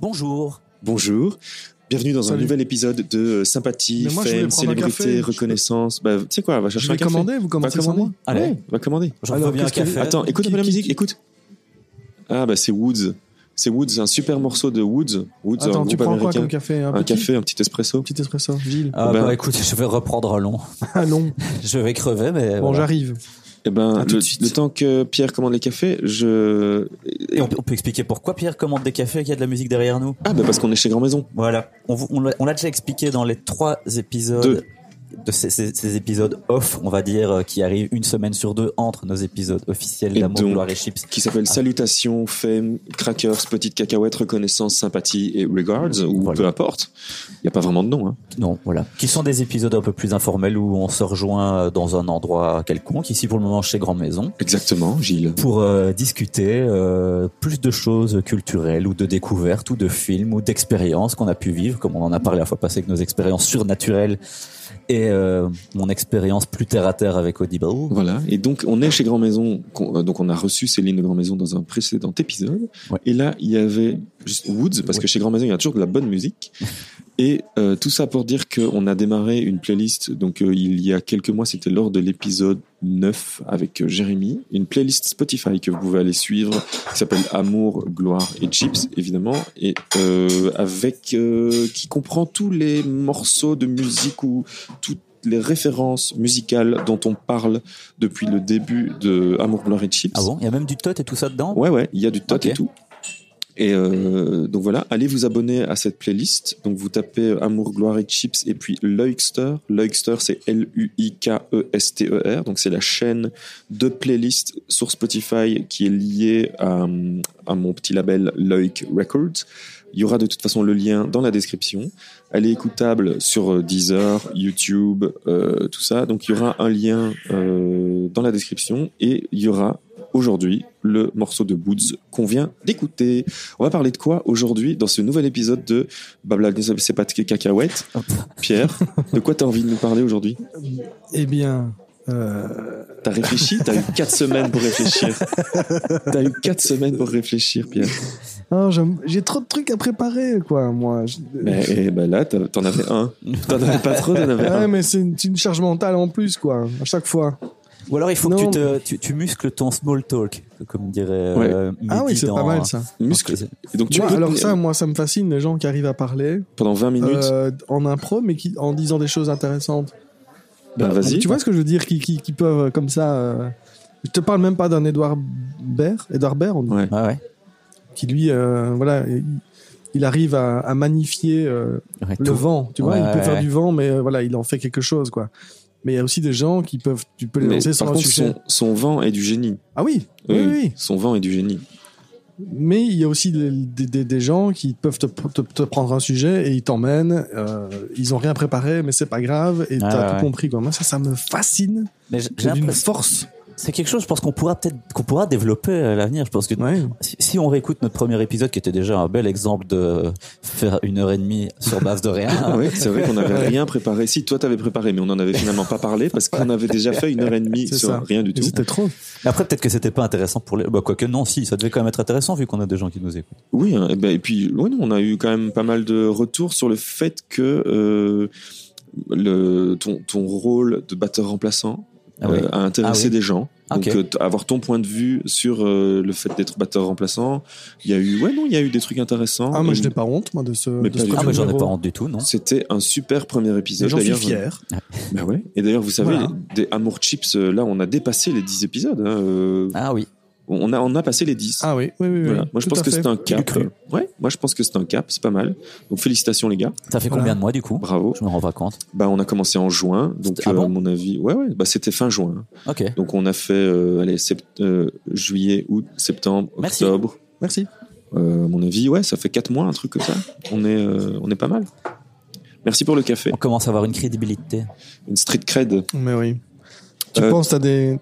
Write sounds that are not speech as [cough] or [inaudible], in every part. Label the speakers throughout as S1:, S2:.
S1: Bonjour.
S2: Bonjour. Bienvenue dans
S3: Salut.
S2: un nouvel épisode de euh, Sympathie,
S3: Mais moi, je voulais
S2: Fame,
S3: prendre un
S2: Célébrité,
S3: café.
S2: Reconnaissance. Bah, tu sais quoi, va chercher
S3: Je vais
S2: un café.
S3: commander, vous
S2: va
S3: commencez sans
S2: commander.
S3: moi
S1: Allez.
S2: Ouais, va commander.
S1: J'en
S3: Alors,
S1: veux bien un
S3: qu'est-ce que-
S1: café.
S2: Attends, écoute un peu la
S3: qui- qui-
S2: musique, écoute. Ah bah c'est Woods. C'est Woods, c'est un super morceau de Woods. Woods, un
S3: Attends,
S2: groupe
S3: tu prends quoi
S2: américain.
S3: comme café Un,
S2: un
S3: petit,
S2: café, un petit espresso.
S3: petit espresso, ville.
S1: Ah
S2: Ben-
S1: bah écoute, je vais reprendre long. [laughs]
S3: Ah non,
S1: Je vais crever, mais.
S3: bon,
S1: voilà.
S3: j'arrive.
S2: Eh ben,
S1: À tout de
S2: le,
S1: suite.
S2: le temps que Pierre commande les cafés, je...
S1: Et on peut, on peut expliquer pourquoi Pierre commande des cafés et qu'il y a de la musique derrière nous.
S2: Ah bah parce qu'on est chez Grand Maison.
S1: Voilà. On, vous- on l'a- on l'a déjà expliqué dans les trois épisodes. De ces, ces- ces épisodes off, on va dire, euh, qui arrivent une semaine sur deux entre nos épisodes officiels
S2: Et
S1: d'Amour,
S2: donc-
S1: Gloire et Chips. Ah,
S2: Qui
S3: Ah.
S2: s'appelle Salutations, Fame, Crackers, Petite Cacahuète, Reconnaissance, Sympathie et Regards, ou
S1: Voilà.
S2: peu importe. Il n'y a pas vraiment de nom. Hein.
S1: Non, voilà. Qui sont des épisodes un peu plus informels où on se rejoint dans un endroit quelconque, ici pour le moment chez Grand Maison.
S2: Exactement, Gilles.
S1: pour euh, discuter euh, plus de choses culturelles ou de découvertes ou de films ou d'expériences qu'on a pu vivre, comme on en a parlé la fois passée avec nos expériences surnaturelles et euh, mon expérience plus terre à terre avec Audible.
S2: Voilà. Et donc, on est chez Grand Maison. qu'on- euh, Donc, on a reçu Céline de Grand Maison dans un précédent épisode.
S1: Ouais.
S2: Et là, il y avait juste Woods, parce que
S1: Ouais.
S2: chez Grand Maison, il y a toujours de la bonne
S1: [laughs]
S2: musique. Et euh, tout ça pour dire qu'on a démarré une playlist. Donc, euh, il y a quelques mois, c'était lors de l'épisode 9 avec euh, Jérémy. Une playlist Spotify que vous pouvez aller suivre qui s'appelle Amour, Gloire et Chips, évidemment. Et euh, avec. euh, qui comprend tous les morceaux de musique ou toutes les références musicales dont on parle depuis le début de Amour, Gloire et Chips.
S1: Ah bon Il y a même du tot et tout ça dedans
S2: Ouais, ouais, il y a du tot
S1: Ok.
S2: et tout. Et euh, donc voilà, allez vous abonner à cette playlist. Donc vous tapez euh, Amour, Gloire et Chips et puis Luikster. Luikster, c'est E L-U-I-K-E-S-T-E-R. Donc c'est la chaîne de playlist sur Spotify qui est liée à, euh, à mon petit label Loic Records. Il y aura de toute façon le lien dans la description. Elle est écoutable sur euh, Deezer, YouTube, euh, tout ça. Donc il y aura un lien euh, dans la description et il y aura aujourd'hui le morceau de Woods qu'on vient d'écouter. On va parler de quoi aujourd'hui dans ce nouvel épisode de Babla c'est pas de
S3: [laughs]
S2: cacahuètes.
S1: Hop.
S2: Pierre, de quoi t'as envie de nous parler aujourd'hui
S3: Eh bien, euh,
S2: T'as réfléchi T'as eu 4 semaines pour réfléchir. T'as eu 4 semaines pour réfléchir, Pierre.
S3: ah, j'aime- j'ai trop de trucs à préparer, quoi, moi. Je-
S2: Mais [laughs] eh ben là, t'as- t'en avais un. T'en avais pas trop, t'en avais
S3: Ouais,
S2: un.
S3: mais c'est une, c'est une charge mentale en plus, quoi, à chaque fois.
S1: Ou alors il faut que tu,
S3: Non.
S1: te, tu, tu muscles ton small talk, comme dirait. euh,
S3: Ah oui,
S1: Mehdi
S3: c'est
S1: dans-
S3: pas mal, ça.
S2: Muscle. Et donc tu
S3: Moi,
S2: peux
S3: alors
S2: tenir
S3: ça, moi, ça me fascine, les gens qui arrivent à parler
S2: pendant 20 minutes.
S3: euh, en impro, mais qui, en disant des choses intéressantes.
S2: ben vas-y.
S3: Tu vois ce que je veux dire qui, qui, qui peuvent euh, comme ça. euh, Je te parle même pas d'un Edouard Baird, Edouard Baird, on dit,
S2: Ouais.
S1: Ouais, Ah ouais.
S3: qui lui, euh, voilà, il, il arrive à, à magnifier euh,
S1: Ouais,
S3: le
S1: tout.
S3: vent. Tu vois,
S1: Ouais,
S3: il peut
S1: ouais,
S3: faire
S1: ouais.
S3: du vent, mais euh, voilà, il en fait quelque chose, quoi. Mais il y a aussi des gens qui peuvent, tu peux les
S2: Mais
S3: lancer sur
S2: par
S3: un
S2: contre,
S3: sujet.
S2: son, son vent est du génie.
S3: Ah oui, oui, oui, oui.
S2: Son vent est du génie.
S3: Mais il y a aussi des, des- des- des gens qui peuvent te, te- te prendre un sujet et ils t'emmènent. euh, ils ont rien préparé, mais c'est pas grave et
S1: Ah,
S3: t'as
S1: ouais.
S3: tout compris, quoi. Moi, ça, ça me fascine.
S1: Mais j'ai- j'ai
S3: C'est d'une
S1: l'impression-
S3: force.
S1: C'est quelque chose, je pense qu'on pourra peut-être, qu'on pourra développer à l'avenir. Je pense que
S3: Ouais.
S1: Si- Si on réécoute notre premier épisode, qui était déjà un bel exemple de faire une heure et demie sur base de rien,
S2: Ah [laughs]
S1: hein,
S2: ouais, c'est vrai qu'on n'avait rien préparé. Si, toi, t'avais préparé, mais on n'en avait finalement pas parlé parce qu'on avait déjà fait une heure et demie
S3: C'est
S2: sur
S3: ça.
S2: rien du
S3: Et
S2: tout.
S3: C'était trop.
S1: mais après peut-être que c'était pas intéressant pour les. Bah, quoique non, si, ça devait quand même être intéressant vu qu'on a des gens qui nous écoutent.
S2: Oui, hein, et, ben, et puis oui, non, on a eu quand même pas mal de retours sur le fait que euh, le, ton, ton rôle de batteur remplaçant
S1: Ah ouais.
S2: euh, a intéressé
S1: Ah oui.
S2: des gens.
S1: Ah,
S2: Donc
S1: ok.
S2: euh, t- avoir ton point de vue sur euh, le fait d'être batteur remplaçant, il y a eu ouais non, il y a eu des trucs intéressants.
S3: Ah, moi,
S2: Et
S3: je n'ai pas honte, moi, de ce.
S2: Mais
S3: de
S2: pas
S3: ce
S2: du tout.
S1: Ah mais j'en ai
S3: numéro.
S1: pas honte du tout, non.
S2: C'était un super premier épisode.
S3: J'en suis
S2: d'ailleurs.
S3: fier.
S2: Bah ouais. Et d'ailleurs, vous savez,
S3: Voilà.
S2: des Amour Chips, euh, là, on a dépassé les 10 épisodes. hein, euh,
S1: Ah oui.
S2: on, a, on a passé les 10.
S3: Ah oui, oui, oui. oui.
S2: Voilà. Moi, je
S3: Tout
S2: pense
S3: à
S2: que
S3: fait.
S2: c'est un euh,
S3: Je l'ai
S2: cap.
S3: cru.
S2: Ouais, moi, je pense que c'est un cap. C'est pas mal. Donc, félicitations, les gars.
S1: Ça fait
S3: Voilà.
S1: combien de mois du coup
S2: Bravo.
S1: Je me rends pas compte.
S2: Bah, on a commencé en juin. Donc,
S1: Ah
S2: euh,
S1: bon
S2: à mon avis, ouais, ouais. Bah, c'était fin juin.
S1: Ok.
S2: Donc, on a fait, euh, allez, sept- euh, juillet, août, septembre,
S1: Merci.
S2: octobre.
S3: Merci.
S2: Euh, à mon avis, ouais, ça fait 4 mois, un truc comme ça. On est, euh, on est pas mal. Merci pour le café.
S1: On commence à avoir une crédibilité.
S2: Une street cred.
S3: Mais oui. Tu
S2: Euh,
S3: penses, t'as des,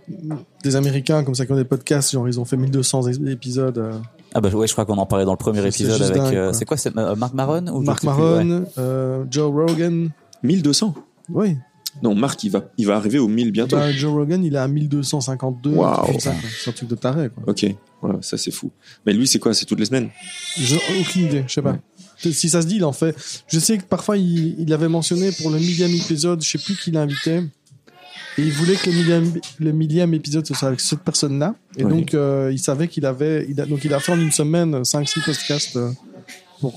S3: des Américains comme ça qui ont des podcasts, genre ils ont fait 1200 é- épisodes. euh,
S1: Ah bah ouais, je crois qu'on en parlait dans le premier
S3: C'est
S1: épisode
S3: juste
S1: avec.
S3: dingue,
S1: euh,
S3: quoi.
S1: c'est quoi, c'est euh, Marc Maron ou je
S3: Mark
S1: sais plus, ouais.
S3: Maron, euh, Joe Rogan.
S2: 1200.
S3: Oui.
S2: Non, Marc, il va, il va arriver au 1000 bientôt.
S3: Bah, Joe Rogan, il est à 1252.
S2: Waouh.
S3: C'est ça, quoi. C'est un truc de taré, quoi.
S2: Ok, voilà, ça c'est fou. Mais lui, c'est quoi C'est toutes les semaines
S3: J'ai aucune idée, je sais pas.
S2: Ouais.
S3: si ça se dit, il en fait. Je sais que parfois, il, il avait mentionné pour le millième épisode, je sais plus qui l'invitait. Et il voulait que le millième, le millième épisode ce soit avec cette personne-là. Et
S2: Oui.
S3: donc, euh, il savait qu'il avait. il a- donc, il a fait en une semaine 5-6 podcasts euh, pour,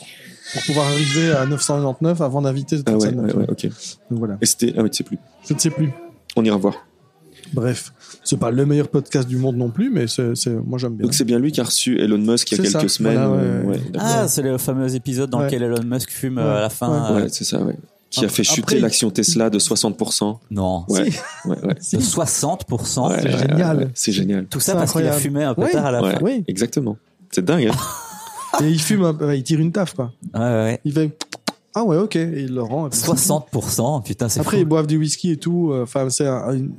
S3: pour pouvoir arriver à 999 avant d'inviter cette
S2: Ah ouais,
S3: personne-là.
S2: ouais,
S3: tu vois.
S2: ouais, ok.
S3: Donc voilà.
S2: Et c'était. Ah oui, tu sais plus.
S3: Je ne sais plus.
S2: On ira voir.
S3: Bref, c'est pas le meilleur podcast du monde non plus, mais c'est, c'est- moi j'aime bien.
S2: Donc c'est bien lui qui a reçu Elon Musk il y a
S3: C'est
S2: quelques
S3: ça,
S2: semaines.
S3: voilà, ouais,
S2: euh,
S3: ouais.
S2: ouais, d'accord.
S1: Ah, c'est le fameux épisode dans
S3: Ouais.
S1: lequel Elon Musk fume euh,
S3: Ouais.
S1: à la fin. euh,
S2: Ouais, c'est ça, ouais. Qui a
S3: Après-
S2: fait chuter
S3: après-
S2: l'action Tesla de 60%.
S1: Non,
S2: Ouais,
S3: Si.
S2: ouais, ouais.
S1: de 60%.
S2: Ouais,
S3: Oh, c'est
S2: ouais,
S3: génial.
S2: ouais, C'est génial.
S1: Tout ça
S3: C'est
S1: parce qu'il a
S3: incroyable.
S1: fumé un
S3: Oui.
S1: pétard à la
S2: Ouais,
S1: fin.
S3: Oui.
S2: exactement. C'est dingue. hein.
S3: Et il fume, un peu, il tire une taffe quoi.
S1: Ouais, ouais.
S3: Il fait ah ouais ok et il le rend. et puis-
S1: 60%, putain, c'est
S3: Après ils
S1: fou.
S3: boivent du whisky et tout. euh, Enfin c'est, un- une-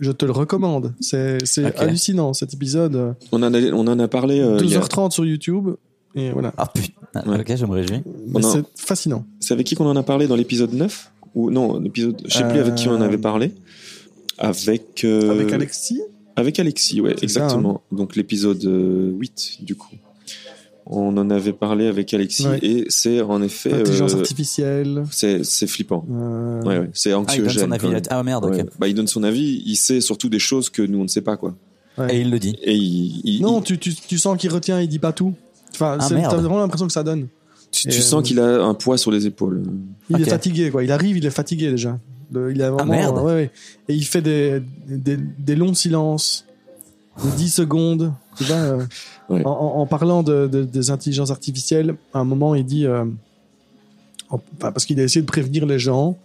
S3: je te le recommande. C'est, c'est
S1: Ok.
S3: hallucinant cet épisode.
S2: On en a, on en a parlé. euh, il y a-
S3: 2h30 sur YouTube et voilà.
S1: Ah putain,
S2: Ouais.
S1: ok, je me réjouis.
S3: Mais
S2: On en-
S3: c'est fascinant.
S2: C'est avec qui qu'on en a parlé dans l'épisode 9 Ou non, l'épisode. Je sais plus avec qui on en avait
S3: Euh,
S2: parlé. Avec. euh,
S3: Avec Alexis.
S2: Avec Alexis, ouais,
S3: C'est ça, hein.
S2: exactement. Donc l'épisode euh, 8, du coup. On en avait parlé avec Alexis
S3: Ouais.
S2: et c'est en effet.
S3: Intelligence
S2: euh,
S3: artificielle.
S2: c'est c'est flippant.
S3: euh,
S2: Ouais, ouais, c'est
S1: Ah, il donne
S2: anxiogène.
S1: son
S2: quand
S1: avis.
S2: même.
S1: là- Ah merde, ok.
S2: Ouais. Bah, il donne son avis, il sait surtout des choses que nous on ne sait pas quoi.
S3: ouais.
S1: Et il le dit.
S2: Et il, il-
S3: Non
S2: il-
S3: tu, tu, tu sens qu'il retient, il dit pas tout. Enfin
S1: Ah,
S3: c'est-
S1: merde.
S3: t'as vraiment l'impression que ça donne.
S2: tu, tu
S3: euh,
S2: sens qu'il a un poids sur les épaules.
S3: Il
S1: Ok. Ah,
S3: est fatigué, quoi. Il arrive, il est fatigué déjà. Le- il a vraiment,
S1: merde.
S3: ouais, ouais. Et il fait des, des, des longs silences, de 10 secondes. Tu vois, euh,
S2: Ouais.
S3: en, en- en parlant de, de- des intelligences artificielles, à un moment, il dit. euh, en- enfin, parce qu'il a essayé de prévenir les gens,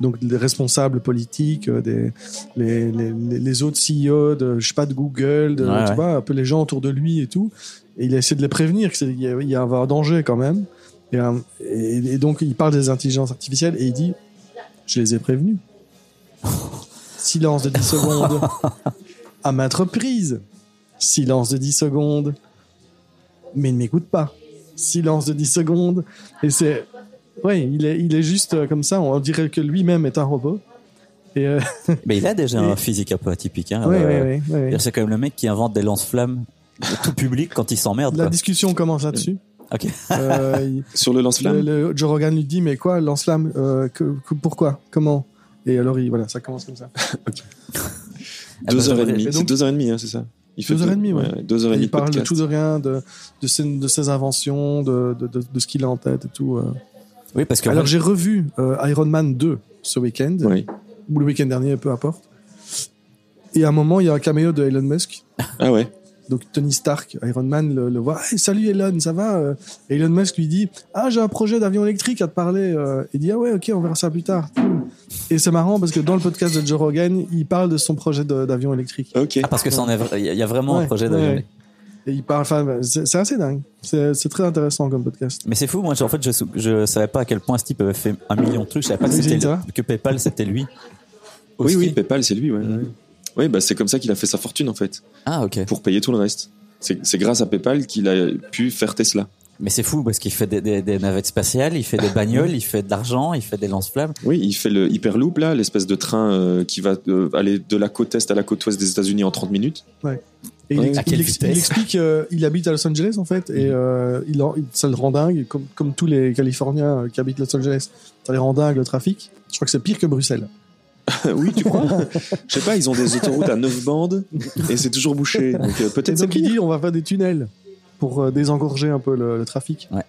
S3: donc les responsables politiques, euh, des, les, les, les- les autres CEO de, je sais pas, de Google, de,
S1: Ouais,
S3: tu
S1: ouais.
S3: vois, un peu les gens autour de lui et tout. Et il a essayé de les prévenir que c'est- qu'il y a- il y avait un danger quand même. Et, euh, et- et donc, il parle des intelligences artificielles et il dit Je les
S1: [laughs]
S3: ai prévenus. Silence de 10 secondes. À maintes reprises. Silence de 10 secondes. Mais il ne m'écoute pas. Silence de 10 secondes. Et c'est. Ouais, il est, il est juste euh, comme ça. On dirait que lui-même est un robot. Et euh,
S1: Mais il a déjà
S3: Et-
S1: un physique un peu atypique. Hein,
S3: Ah, ouais,
S1: euh,
S3: ouais, ouais, ouais.
S1: c'est-à-dire, C'est quand même le mec qui invente des lance-flammes tout public quand il s'emmerde.
S3: [laughs] La
S1: quoi.
S3: discussion commence [laughs] là-dessus.
S1: Ok.
S3: Euh, [laughs] il-
S2: Sur le lance-flamme
S3: le, le- Joe Rogan lui dit mais quoi lance-flamme euh, que- que- pourquoi comment et alors il, voilà ça commence comme ça
S1: Ah bah,
S2: Deux heures et
S1: j'aimerais-
S2: demie.
S3: mais
S2: C'est
S3: donc-
S2: deux heures et demie, hein, c'est ça il
S3: Deux heures et demie, ouais.
S2: Deux heures et
S3: il
S2: demie. de
S3: parle de
S2: podcast.
S3: tout de rien de, de, ses, de ses inventions de, de, de- de ce qu'il a en tête et tout euh.
S1: Oui, parce que
S3: alors j'ai revu euh, Iron Man 2 ce week-end
S2: Oui.
S3: ou le week-end dernier peu importe et à un moment il y a un caméo de Elon Musk
S2: Ah ouais.
S3: donc Tony Stark Iron Man le, le voit Hey, salut Elon ça va euh Et Elon Musk lui dit ah j'ai un projet d'avion électrique à te parler euh. il dit ah ouais ok on verra ça plus tard et c'est marrant parce que dans le podcast de Joe Rogan il parle de son projet de- d'avion électrique
S2: Ok.
S1: Ah, parce que c'en est vrai- il y a- il y a vraiment
S3: Ouais,
S1: un projet d'avion.
S3: ouais. Et il parle, enfin, c'est c'est assez dingue. C'est c'est très intéressant comme podcast.
S1: Mais c'est fou, moi, j'ai- en fait, je, sou- je savais pas à quel point ce type avait fait un million de trucs. Je savais pas que,
S3: Oui,
S1: c'était
S3: c'est
S1: le-
S3: ça.
S1: que PayPal, c'était lui. Aussi.
S2: Oui, oui, PayPal, c'est lui, ouais. Oui, bah, c'est comme ça qu'il a fait sa fortune, en fait,
S1: Ah, ok.
S2: pour payer tout le reste. C'est c'est grâce à PayPal qu'il a pu faire Tesla.
S1: Mais c'est fou parce qu'il fait des, des- des navettes spatiales, il fait
S3: Ah,
S1: des bagnoles, il fait de l'argent, il fait des lance-flammes.
S2: Oui, il fait le Hyperloop, là, l'espèce de train euh, qui va euh, aller de la côte est à la côte ouest des États-Unis en 30 minutes.
S3: Et il,
S2: Ouais.
S3: ex-
S1: À quelle
S3: il ex-
S1: vitesse
S3: il explique, euh, il habite à Los Angeles en fait, et euh, il, en- il- ça le rend dingue, comme, comme tous les Californiens euh, qui habitent Los Angeles. Ça les rend dingue le trafic. Je crois que c'est pire que Bruxelles.
S2: [laughs] oui, tu crois Je sais pas, ils ont des autoroutes à 9 bandes et c'est toujours bouché. Donc euh,
S3: Et
S2: peut-être c'est
S3: donc il
S2: pire.
S3: dit, on va faire des tunnels pour euh, désengorger un peu le, le trafic.
S1: Ouais.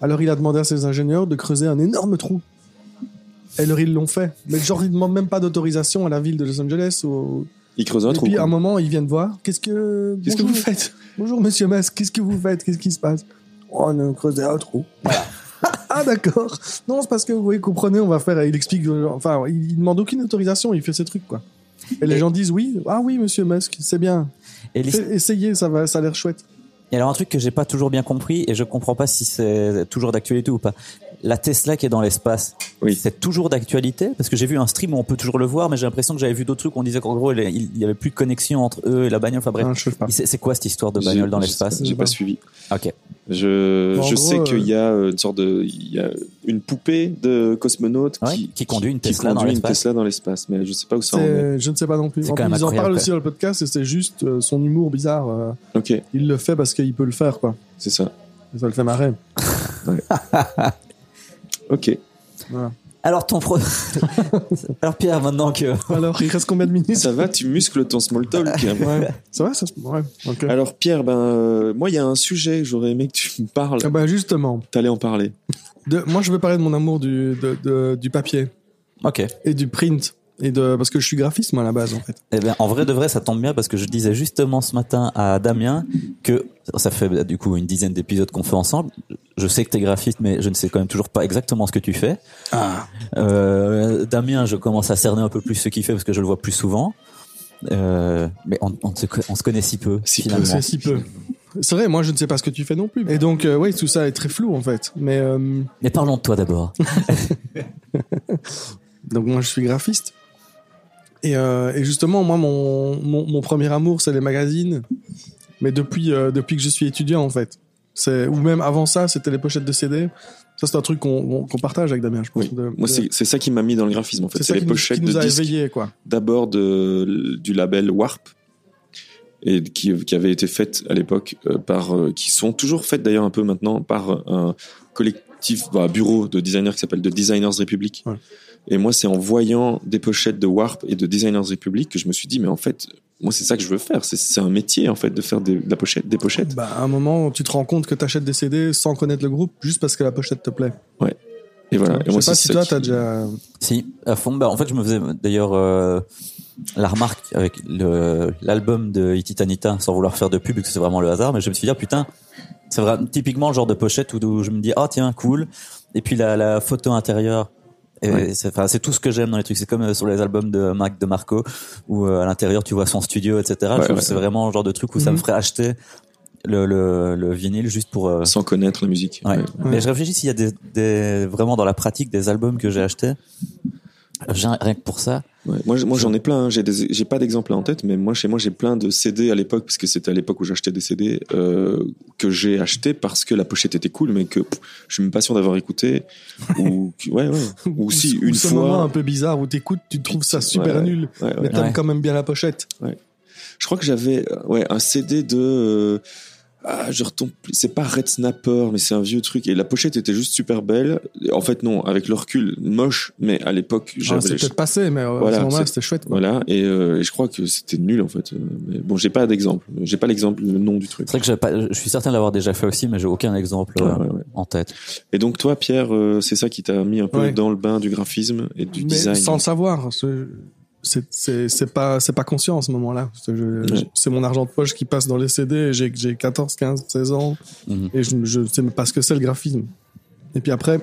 S3: Alors il a demandé à ses ingénieurs de creuser un énorme trou. Et alors ils l'ont fait. Mais genre ils demandent même pas d'autorisation à la ville de Los Angeles. Ou...
S2: Ils creusent
S3: Et
S2: un trou.
S3: puis à
S2: quoi.
S3: un moment ils viennent voir. Qu'est-ce que
S2: Qu'est-ce que vous
S3: Bonjour.
S2: faites
S3: Bonjour Monsieur Mas, qu'est-ce que vous faites Qu'est-ce qui se passe Oh, On a creusé un trou. Voilà. [laughs] ah d'accord. Non, c'est parce que vous comprenez, on va faire. Il explique. euh, Enfin, il, il demande aucune autorisation. Il fait ses trucs quoi. Et les
S1: Et-
S3: gens disent oui, ah oui, Monsieur Musk, c'est bien.
S1: Et l'histoire-
S3: Fais- Essayez, ça va, ça a l'air chouette.
S1: Et alors un truc que j'ai pas toujours bien compris et je comprends pas si c'est toujours d'actualité ou pas. La Tesla qui est dans l'espace,
S2: Oui.
S1: c'est toujours d'actualité parce que j'ai vu un stream où on peut toujours le voir, mais j'ai l'impression que j'avais vu d'autres trucs où on disait qu'en gros il il y avait plus de connexion entre eux et la bagnole. Enfin bref,
S3: Ah, je sais pas.
S1: c'est c'est quoi cette histoire de bagnole
S2: J'ai-
S1: dans
S2: j'ai-
S1: l'espace
S2: J'ai pas suivi.
S1: Ok.
S2: Je,
S3: Bon, en
S2: je
S3: gros,
S2: sais
S3: euh,
S2: qu'il y a une sorte de. Il y a une poupée de cosmonaute
S1: Ouais, qui conduit une Tesla dans
S2: conduit une
S1: l'espace.
S2: Tesla dans l'espace, mais je sais pas où ça en est.
S3: C'est- Je ne sais pas non plus.
S1: C'est
S3: En
S1: quand
S3: plus,
S1: même
S3: ils en
S1: incroyable,
S3: parlent
S1: quoi.
S3: aussi dans le podcast et c'est juste euh, son humour bizarre. euh,
S2: Ok,
S3: il le fait parce qu'il peut le faire quoi.
S2: c'est ça.
S3: Ça le fait marrer.
S2: Ok.
S3: [laughs] Voilà.
S1: Alors ton pro... [laughs] Alors Pierre, maintenant que
S3: Alors, il reste combien de minutes
S2: Ça va, tu muscles ton small
S3: [laughs]
S2: talk. hein.
S3: Ouais. Ça va, ça se- Ouais. ok.
S2: Alors Pierre, ben, euh, moi il y a un sujet, j'aurais aimé que tu me parles.
S3: Ah bah justement,
S2: T'allais en parler.
S3: de- moi je veux parler de mon amour du, de- de- du papier
S1: OK.
S3: et du print. Et de, parce que je suis graphiste moi à la base en fait.
S1: Eh bien, en vrai de vrai, ça tombe bien parce que je disais justement ce matin à Damien que ça fait bah, du coup une dizaine d'épisodes qu'on fait ensemble. Je sais que t'es graphiste, mais je ne sais quand même toujours pas exactement ce que tu fais.
S2: Ah.
S1: Euh, Damien, je commence à cerner un peu plus ce qu'il fait parce que je le vois plus souvent. Euh, mais on, on se, co- on se connaît si peu
S2: Si peu,
S1: finalement.
S3: C'est si peu. C'est vrai, moi je ne sais pas ce que tu fais non plus. Et donc, euh, ouais, tout ça est très flou en fait. Mais euh,
S1: Mais parlons de toi d'abord.
S3: donc moi je suis graphiste. Et, euh, et justement, moi mon, mon, mon premier amour c'est les magazines. Mais depuis, euh, depuis que je suis étudiant en fait. C'est, ou même avant ça, c'était les pochettes de CD. Ça c'est un truc qu'on, qu'on partage avec Damien, je pense.
S2: Oui.
S3: de-
S2: Moi
S3: de-
S2: c'est c'est ça qui m'a mis dans le graphisme en fait. C'est
S3: ça
S2: les
S3: qui nous-
S2: pochettes
S3: qui nous
S2: de
S3: a
S2: disques
S3: éveillés, quoi.
S2: d'abord de- du label Warp et qui, qui avait été faite à l'époque euh, par euh, qui sont toujours faites d'ailleurs un peu maintenant par euh, un collectif bah, un bureau de designers qui s'appelle The Designers Republic
S3: Ouais.
S2: et moi c'est en voyant des pochettes de Warp et de Designers Republic que je me suis dit mais en fait moi c'est ça que je veux faire c'est- c'est un métier en fait de faire des, de la pochette des pochettes
S3: Bah, à un moment, tu te rends compte que t'achètes des CD sans connaître le groupe, juste parce que la pochette te plaît.
S2: et voilà et
S3: je
S2: moi c'est
S3: sais pas si
S2: ça
S3: toi,
S2: qui-
S3: t'as déjà. [laughs]
S1: Si, à fond. Bah, en fait, je me faisais d'ailleurs euh, la remarque avec le- l'album de Ititanita, sans vouloir faire de pub, parce que c'est vraiment le hasard, mais je me suis dit, ah, putain, c'est vraiment typiquement le genre de pochette où, où je me dis, ah tiens, cool. Et puis la, la photo intérieure. Et
S2: Ouais.
S1: c'est, enfin, c'est tout ce que j'aime dans les trucs. C'est comme euh, sur les albums de Mac de Marco, où euh, à l'intérieur tu vois son studio, etc. je
S2: Ouais,
S1: trouve
S2: ouais.
S1: que c'est vraiment le genre de truc où ça me
S3: Mhm.
S1: ferait acheter le, le, le vinyle juste pour. euh,
S2: sans connaître la musique
S1: Ouais.
S2: Ouais.
S1: Mais je réfléchis s'il y a des, des- vraiment dans la pratique des albums que j'ai achetés. J'ai- Rien que pour ça.
S2: Ouais, Moi, je- moi j'en ai plein. hein. J'ai des- j'ai pas d'exemple en tête, mais moi chez moi j'ai plein de CD à l'époque parce que c'était à l'époque où j'achetais des CD euh, que j'ai acheté parce que la pochette était cool, mais que pff, je suis même pas sûr d'avoir
S3: [laughs]
S2: écouté ou que- ouais ouais. Ou si
S3: ce-
S2: une
S3: ce
S2: fois-
S3: moment un peu bizarre où t'écoutes, tu trouves ça super
S2: Ouais.
S3: nul,
S2: ouais, ouais.
S3: mais t'aimes
S1: Ouais.
S3: quand même bien la pochette.
S2: Je crois que j'avais euh, ouais un CD de euh, ah je retombe plus- c'est pas Red Snapper mais c'est un vieux truc et la pochette était juste super belle. Et En fait non, avec le recul moche, mais à l'époque
S3: Ah,
S2: j'avais
S3: c'est peut-être passé, mais euh,
S2: Voilà,
S3: à ce moment-là,
S2: c'est-
S3: c'était chouette. Quoi.
S2: voilà et, euh, et je crois que c'était nul en fait. Euh, Mais bon j'ai pas d'exemple, j'ai pas l'exemple le nom du truc.
S1: C'est vrai que j'ai pas, je suis certain de l'avoir déjà fait aussi, mais j'ai aucun exemple
S3: Ah.
S1: euh,
S2: Ouais, ouais, ouais.
S1: en tête.
S2: Et donc toi, Pierre, euh, c'est ça qui t'a mis un peu
S3: Ouais.
S2: dans le bain du graphisme et du
S3: mais
S2: design.
S3: sans le savoir, ce- c'est- c'est c'est pas, c'est pas conscient à ce moment-là. C'est je-
S2: Ouais.
S3: c'est mon argent de poche qui passe dans les CD, et j'ai j'ai 14, 15, 16 ans.
S1: Mhm.
S3: et je ne sais même pas ce que c'est le graphisme. Et puis après,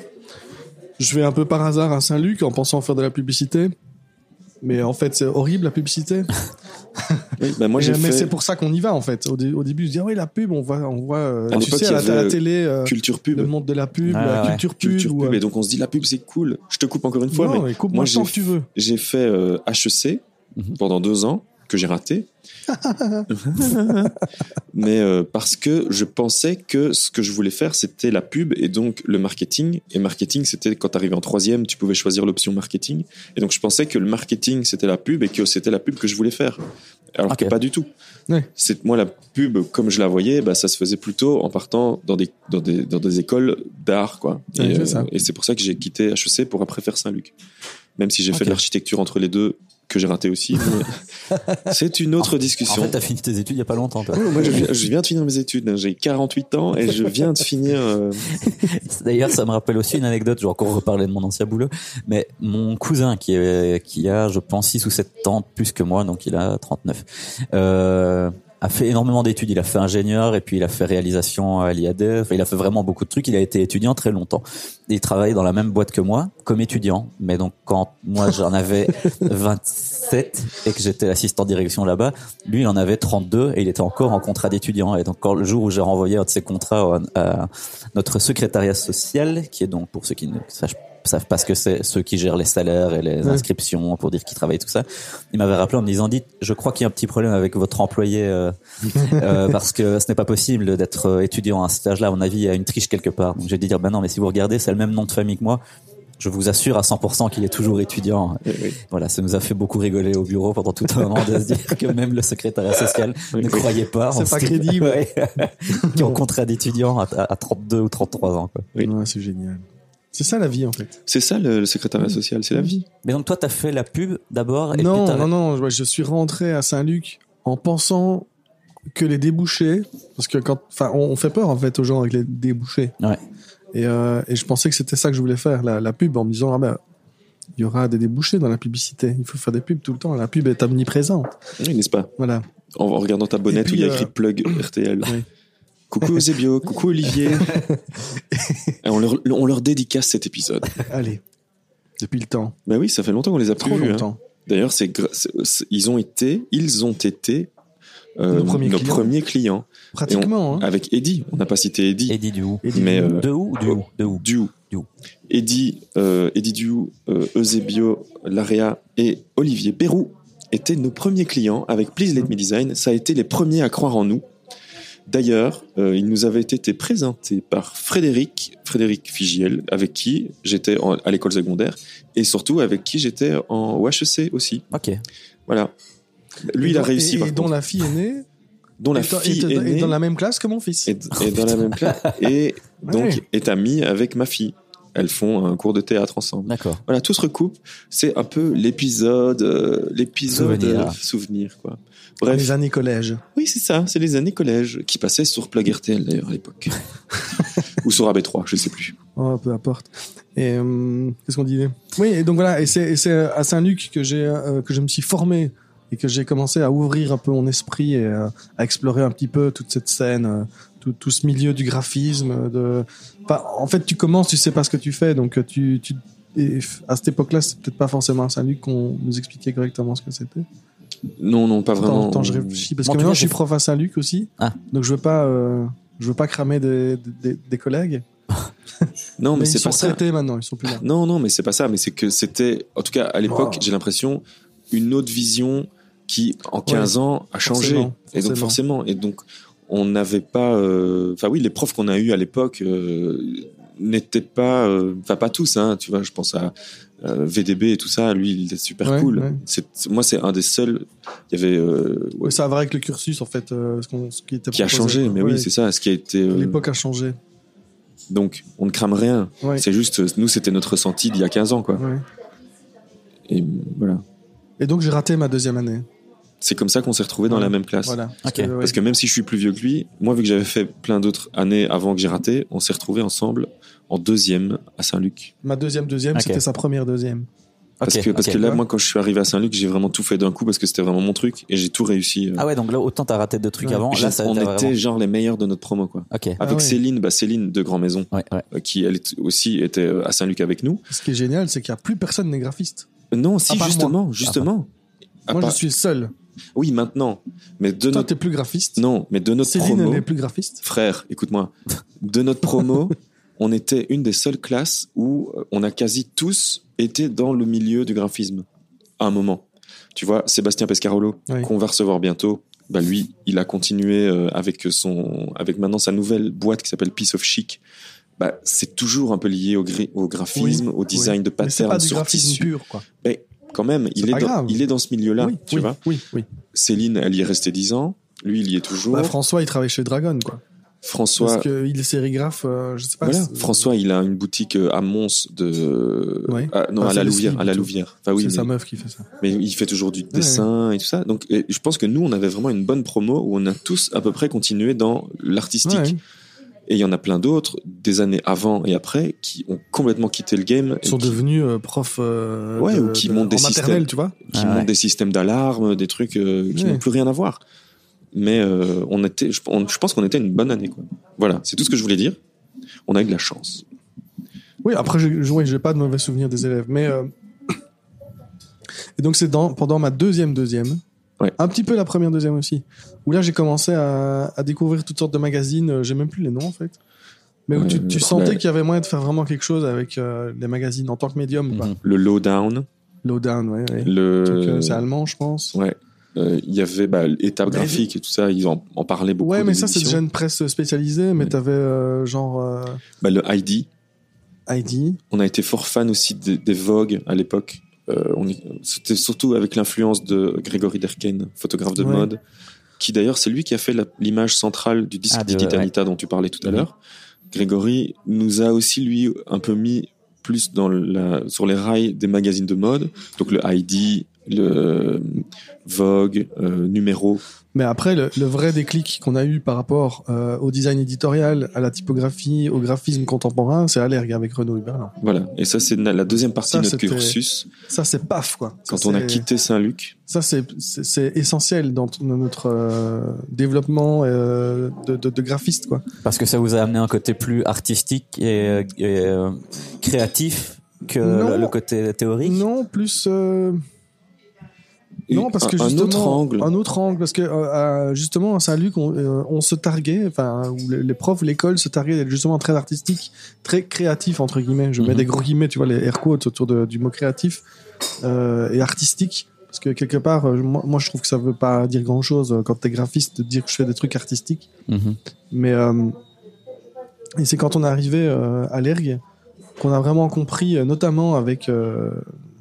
S3: je vais un peu par hasard à Saint-Luc en pensant faire de la publicité. Mais en fait, c'est horrible la publicité.
S2: Oui, bah moi
S3: Et-
S2: j'ai
S3: mais
S2: fait
S3: c'est pour ça qu'on y va en fait. Au, dé- au début, je dis ah oui la pub, on voit, on voit, euh,
S2: À
S3: tu
S2: l'époque,
S3: sais, à
S2: il y
S3: la, à la
S2: avait
S3: télé, euh,
S2: culture
S3: le
S2: pub,
S3: monde de la pub,
S1: Ah,
S3: la
S1: ouais.
S3: culture pub.
S2: culture
S3: ou,
S2: pub.
S3: euh,
S2: Et donc on se dit la pub c'est cool. Je te coupe encore une fois,
S3: non,
S2: mais
S3: mais
S2: moi,
S3: coupe-moi le temps
S2: j'ai-
S3: que tu veux.
S2: j'ai fait euh, HEC
S1: Mhm.
S2: pendant deux ans que j'ai
S3: [laughs]
S2: raté. mais euh, parce que je pensais que ce que je voulais faire c'était la pub et donc le marketing. Et marketing c'était quand t'arrivais en troisième, tu pouvais choisir l'option marketing. Et donc je pensais que le marketing c'était la pub et que c'était la pub que je voulais faire. Alors
S1: Ok.
S2: que pas du tout.
S3: Ouais.
S2: C'est moi la pub comme je la voyais, bah, ça se faisait plutôt en partant dans des dans des, dans des écoles d'art quoi.
S3: Ouais,
S2: et
S3: c'est
S2: euh,
S3: ça.
S2: et c'est pour ça que j'ai quitté HEC pour après faire Saint-Luc. Même si j'ai fait
S1: Ok.
S2: de l'architecture entre les deux que j'ai raté aussi. mais c'est une autre
S1: En
S2: discussion.
S1: fait, t'as fini tes études il y a pas longtemps. toi.
S2: Ouais, moi, je viens, je viens de finir mes études. hein. J'ai 48 ans et je viens de finir. euh,
S1: [laughs] D'ailleurs, ça me rappelle aussi une anecdote. Je vais encore reparler de mon ancien boulot. Mais mon cousin, qui, est, qui a, je pense, 6 ou 7 ans de plus que moi, donc il a 39, euh, a fait énormément d'études. Il a fait ingénieur et puis il a fait réalisation à l'IAD. Enfin, il a fait vraiment beaucoup de trucs. Il a été étudiant très longtemps. Et il travaillait dans la même boîte que moi, comme étudiant. Mais donc, quand moi, j'en avais 27 et que j'étais l'assistant de direction là-bas, lui, il en avait 32 et il était encore en contrat d'étudiant. Et donc, quand, le jour où j'ai renvoyé un de ses contrats à- à notre secrétariat social, qui est donc, pour ceux qui ne sachent- savent pas ce que c'est, ceux qui gèrent les salaires et les
S3: Ouais.
S1: inscriptions pour dire qu'ils travaillent, tout ça, il m'avait rappelé en me disant, dites, je crois qu'il y a un petit problème avec votre employé, euh, euh, parce que ce n'est pas possible d'être euh, étudiant à un stage là, à mon avis, il y a une triche quelque part. Donc j'ai dit, dire, ben non, mais si vous regardez, c'est le même nom de famille que moi. Je Je vous assure à 100% qu'il est toujours étudiant.
S2: Oui, oui.
S1: Voilà, ça nous a fait beaucoup rigoler au bureau pendant tout un moment de se dire que même le secrétariat social
S2: Oui,
S1: ne
S2: oui.
S1: croyait pas.
S3: C'est
S1: On se
S3: pas
S1: dit-
S3: crédible.
S1: [laughs] Ouais. Qui ont contrat d'étudiants à, à 32 ou 33 ans. Quoi.
S2: Oui.
S3: Ouais, c'est génial. C'est ça la vie en fait.
S2: C'est ça le, le secrétariat social, c'est la vie.
S1: Mais donc toi, t'as fait la pub d'abord. et puis
S3: non,
S1: t'as-
S3: non, non, je, je suis rentré à Saint-Luc en pensant que les débouchés, parce que quand, enfin, on, on fait peur en fait aux gens avec les débouchés.
S1: Ouais.
S3: Et, euh, et je pensais que c'était ça que je voulais faire, la, la pub, en me disant ah ben, il y aura des débouchés dans la publicité. Il faut faire des pubs tout le temps. La pub est omniprésente.
S2: Oui, n'est-ce pas [laughs]
S3: Voilà.
S2: en, en regardant ta bonnette
S3: Et
S2: où il y a
S3: puis,
S2: écrit
S3: euh,
S2: plug RTL.
S3: oui.
S2: Coucou Eusebio, coucou Olivier. Et on, leur, on leur dédicace cet épisode.
S3: Allez. Depuis le temps.
S2: Ben oui, ça fait longtemps qu'on les a plus
S3: Trop
S2: vus. hein.
S3: longtemps.
S2: D'ailleurs, c'est, gra- c'est- c'est- ils ont été, ils ont été euh,
S3: Nos premiers clients.
S2: premiers clients.
S3: Pratiquement. hein.
S2: avec Eddie. On n'a pas cité Eddie.
S1: Eddie Duhou.
S3: Eddie
S2: mais, euh,
S1: De où De où De où
S2: Duou.
S1: Duou.
S2: Eddie, euh, Eddie Duou, euh, Eusebio, Laria et Olivier Pérou étaient nos premiers clients avec Please Let Me Design. Ça a été les premiers à croire en nous. D'ailleurs, euh, il nous avait été présenté par Frédéric, Frédéric Figiel, avec qui j'étais en- à l'école secondaire et surtout avec qui j'étais en HEC aussi.
S1: Ok.
S2: Voilà. Lui, il a
S3: Et-
S2: réussi,
S3: Et,
S2: par
S3: et dont
S2: contre.
S3: la fille est née.
S2: dont la
S3: et dans- et
S2: fille
S3: dans-
S2: est
S3: et
S2: née
S3: dans la même classe que mon fils.
S2: et, et dans la même classe et
S3: [laughs]
S2: donc
S3: Oh, Ouais.
S2: est amie avec ma fille. Elles font un cours de théâtre ensemble.
S1: D'accord.
S2: Voilà, tout se recoupe. C'est un peu l'épisode, euh, l'épisode
S1: Souvenir.
S2: euh, souvenir, quoi.
S3: Dans
S2: Bref,
S3: Les années collège.
S2: oui, c'est ça. C'est les années collège qui passaient sur Plug RTL d'ailleurs à
S3: [laughs]
S2: l'époque, ou sur AB3, je sais plus.
S3: Oh, peu importe. Et euh, qu'est-ce qu'on disait Oui, et donc voilà, et c'est et c'est à Saint-Luc que j'ai euh, que je me suis formé et que j'ai commencé à ouvrir un peu mon esprit et euh, à explorer un petit peu toute cette scène, euh, tout, tout ce milieu du graphisme. euh, De, Enfin, en fait, tu commences, tu sais pas ce que tu fais, donc euh, tu, tu et f- à cette époque-là, c'est peut-être pas forcément à Saint-Luc qu'on nous expliquait correctement ce que c'était.
S2: Non, non, pas
S3: Attends,
S2: vraiment.
S3: attends, je réfléchis parce
S1: Bon, tu
S3: que maintenant
S1: vois,
S3: je suis
S1: c'est-
S3: prof à Saint-Luc aussi,
S1: Ah.
S3: donc je veux pas, euh, je veux pas cramer des, des, des collègues.
S2: Non, mais,
S3: mais ils
S2: c'est
S3: sont
S2: pas ça.
S3: traités maintenant, ils sont plus là.
S2: Non, non, mais c'est pas ça. Mais c'est que c'était, en tout cas, à l'époque,
S3: Wow.
S2: j'ai l'impression une autre vision qui, en 15 ans, a changé.
S3: forcément,
S2: et donc
S3: forcément.
S2: forcément, et donc on n'avait pas. euh, Enfin oui, les profs qu'on a eu à l'époque euh, n'étaient pas, euh, enfin pas tous. Hein, tu vois, je pense à euh, VDB et tout ça. Lui, il était super
S3: Ouais,
S2: cool.
S3: ouais.
S2: C'est, moi, c'est un des seuls. Il y avait euh, ouais,
S3: Oui, ça a vrai avec le cursus, en fait, euh, ce, qu'on- ce qui était
S2: qui a
S3: proposé.
S2: changé. Mais
S3: Ouais.
S2: oui, c'est ça. Ce qui a été. euh,
S3: L'époque a changé.
S2: donc on ne crame rien.
S3: Ouais.
S2: C'est juste, euh, nous, c'était notre ressenti d'il y a 15 ans, quoi.
S3: Ouais.
S2: Et voilà.
S3: Et donc, j'ai raté ma deuxième année.
S2: C'est comme ça qu'on s'est retrouvés dans
S3: Ouais.
S2: la même classe.
S3: Voilà. Parce
S1: Ok.
S3: que, ouais.
S2: Parce que même si je suis plus vieux que lui, moi, vu que j'avais fait plein d'autres années avant que j'ai raté, on s'est retrouvés ensemble en deuxième à Saint-Luc.
S3: Ma deuxième deuxième,
S1: Ok.
S3: c'était sa première deuxième.
S2: Parce,
S1: Ok,
S2: que, parce
S1: ok.
S2: que là, moi, quand je suis arrivé à Saint-Luc, j'ai vraiment tout fait d'un coup parce que c'était vraiment mon truc et j'ai tout réussi. euh.
S1: Ah ouais, donc là, autant t'as raté deux trucs
S3: Ouais.
S1: avant.
S2: J'ai-
S1: Là, ça a
S2: on
S1: été
S2: était
S1: vraiment-
S2: genre les meilleurs de notre promo, quoi.
S1: Ok.
S3: Ah
S2: Avec
S3: ouais.
S2: Céline, bah, Céline de Grand Maison,
S1: Ouais, ouais.
S2: euh, qui elle est- aussi était euh, à Saint-Luc avec nous.
S3: Ce qui est génial, c'est qu'il n'y a plus personne n'est graphiste.
S2: Euh, Non, si,
S3: À part
S2: justement, justement. À
S3: Moi,
S2: part-
S3: je suis seul.
S2: Oui, maintenant. Mais de
S3: Toi,
S2: notre...
S3: t'es plus graphiste.
S2: Non, mais de notre
S3: Céline,
S2: promo.
S3: elle est plus graphiste.
S2: Frère, écoute-moi. De notre
S3: [laughs]
S2: promo, on était une des seules classes où euh, on a quasi tous été dans le milieu du graphisme à un moment. Tu vois, Sébastien Pescarolo,
S3: Oui.
S2: qu'on va recevoir bientôt, bah lui, il a continué euh, avec son, avec maintenant sa nouvelle boîte qui s'appelle Piece of Chic. Bah, c'est toujours un peu lié au, gri- au graphisme,
S3: Oui,
S2: au design de
S3: Mais c'est pas
S2: patterns
S3: du
S2: sur
S3: graphisme
S2: tissu.
S3: pur, quoi.
S2: Mais quand même, il
S3: C'est
S2: est,
S3: pas grave.
S2: dans, il est dans ce milieu-là,
S3: oui,
S2: tu
S3: oui,
S2: vois.
S3: oui, oui.
S2: Céline, elle y est restée 10 ans. Lui, il y est toujours.
S3: Bah, François, il travaille chez Dragon, quoi.
S2: François,
S3: Parce qu'il est sérigraphe, euh, je sais pas.
S2: Voilà.
S3: c'est-
S2: François, il a une boutique euh, à Mons de.
S3: Ouais.
S2: Ah, non,
S3: Enfin,
S2: à
S3: c'est
S2: la
S3: le
S2: Louvière.
S3: slip
S2: À la
S3: et tout.
S2: Louvière. Enfin,
S3: c'est
S2: oui,
S3: sa
S2: mais,
S3: meuf qui fait ça.
S2: mais il fait toujours du dessin et tout ça. Donc, et je pense que nous, on avait vraiment une bonne promo où on a tous à peu près continué dans l'artistique.
S3: Ouais.
S2: Et il y en a plein d'autres, des années avant et après, qui ont complètement quitté le game.
S3: Ils
S2: et
S3: sont
S2: qui,
S3: devenus euh, profs euh,
S2: Ouais,
S3: de-
S2: ou qui
S3: de-
S2: montent des
S3: en maternelle,
S2: systèmes.
S3: tu vois.
S2: qui
S1: Ah
S2: montent
S1: ouais.
S2: des systèmes d'alarme, des trucs euh, qui
S3: Ouais.
S2: n'ont plus rien à voir. Mais euh, on était, je, on- je pense qu'on était une bonne année. Quoi. Voilà, c'est tout ce que je voulais dire. On a eu de la chance.
S3: Oui, après, je je- oui, j'ai pas de mauvais souvenirs des élèves, mais euh, [coughs] et donc c'est dans pendant ma deuxième deuxième,
S2: Ouais.
S3: un petit peu la première deuxième aussi, où là j'ai commencé à, à découvrir toutes sortes de magazines, euh, j'ai même plus les noms en fait, mais où
S2: Ouais,
S3: tu, tu
S2: ouais.
S3: sentais qu'il y avait moyen de faire vraiment quelque chose avec euh, les magazines en tant que médium, quoi.
S1: Mhm.
S2: Le lowdown,
S3: Lowdown, ouais, ouais.
S2: le.
S3: Donc, euh, c'est allemand, je pense.
S2: Ouais. Euh, Il y avait bah, l'étape
S3: Mais-
S2: graphique et tout ça, ils en, en parlaient beaucoup.
S3: Ouais,
S2: des
S3: mais ça c'est
S2: éditions.
S3: déjà une presse spécialisée, mais
S2: Ouais.
S3: t'avais euh, genre euh,
S2: Bah, le ID,
S3: Heidi.
S2: On a été fort fan aussi des, des Vogue à l'époque. Euh, on y- C'était surtout avec l'influence de Grégory Derken, photographe de
S3: Ouais.
S2: mode, qui d'ailleurs, c'est lui qui a fait la- l'image centrale du disque
S1: Ah, de- Mhm.
S2: Digitalita dont tu parlais tout à l'heure. Grégory nous a aussi, lui, un peu mis plus dans la, sur les rails des magazines de mode, donc le ID, le euh, Vogue, euh, Numéro.
S3: Mais après, le, le vrai déclic qu'on a eu par rapport euh, au design éditorial, à la typographie, au graphisme contemporain, c'est Allergue avec Renaud Huberlin.
S2: Voilà. Et ça, c'est na- la deuxième partie
S3: Ça,
S2: de notre
S3: c'était-
S2: cursus.
S3: Ça, c'est paf, quoi. Ça,
S2: Quand on a
S3: c'est-
S2: quitté Saint-Luc,
S3: Ça, c'est- c'est c'est essentiel dans t- dans notre euh, développement euh, de, de- de graphiste, quoi.
S1: Parce que ça vous a amené un côté plus artistique et, euh, et, euh, créatif que
S3: Non.
S1: le- le côté théorique.
S3: Non, plus. euh, Non, parce que
S2: un,
S3: justement,
S2: un autre angle.
S3: un autre angle, parce que euh, à- justement à Saint-Luc, on, euh, on se targuait, enfin, où les, les profs, l'école se targuait d'être justement très artistique, très créatif entre guillemets. Je mets
S1: Mhm.
S3: des gros guillemets, tu vois, les air quotes autour de- du mot créatif euh, et artistique, parce que quelque part, euh, moi, moi, je trouve que ça veut pas dire grand-chose euh, quand t'es graphiste de dire que je fais des trucs artistiques.
S1: Mhm.
S3: Mais euh, et c'est quand on est arrivé euh, à l'ergue qu'on a vraiment compris, euh, notamment avec euh,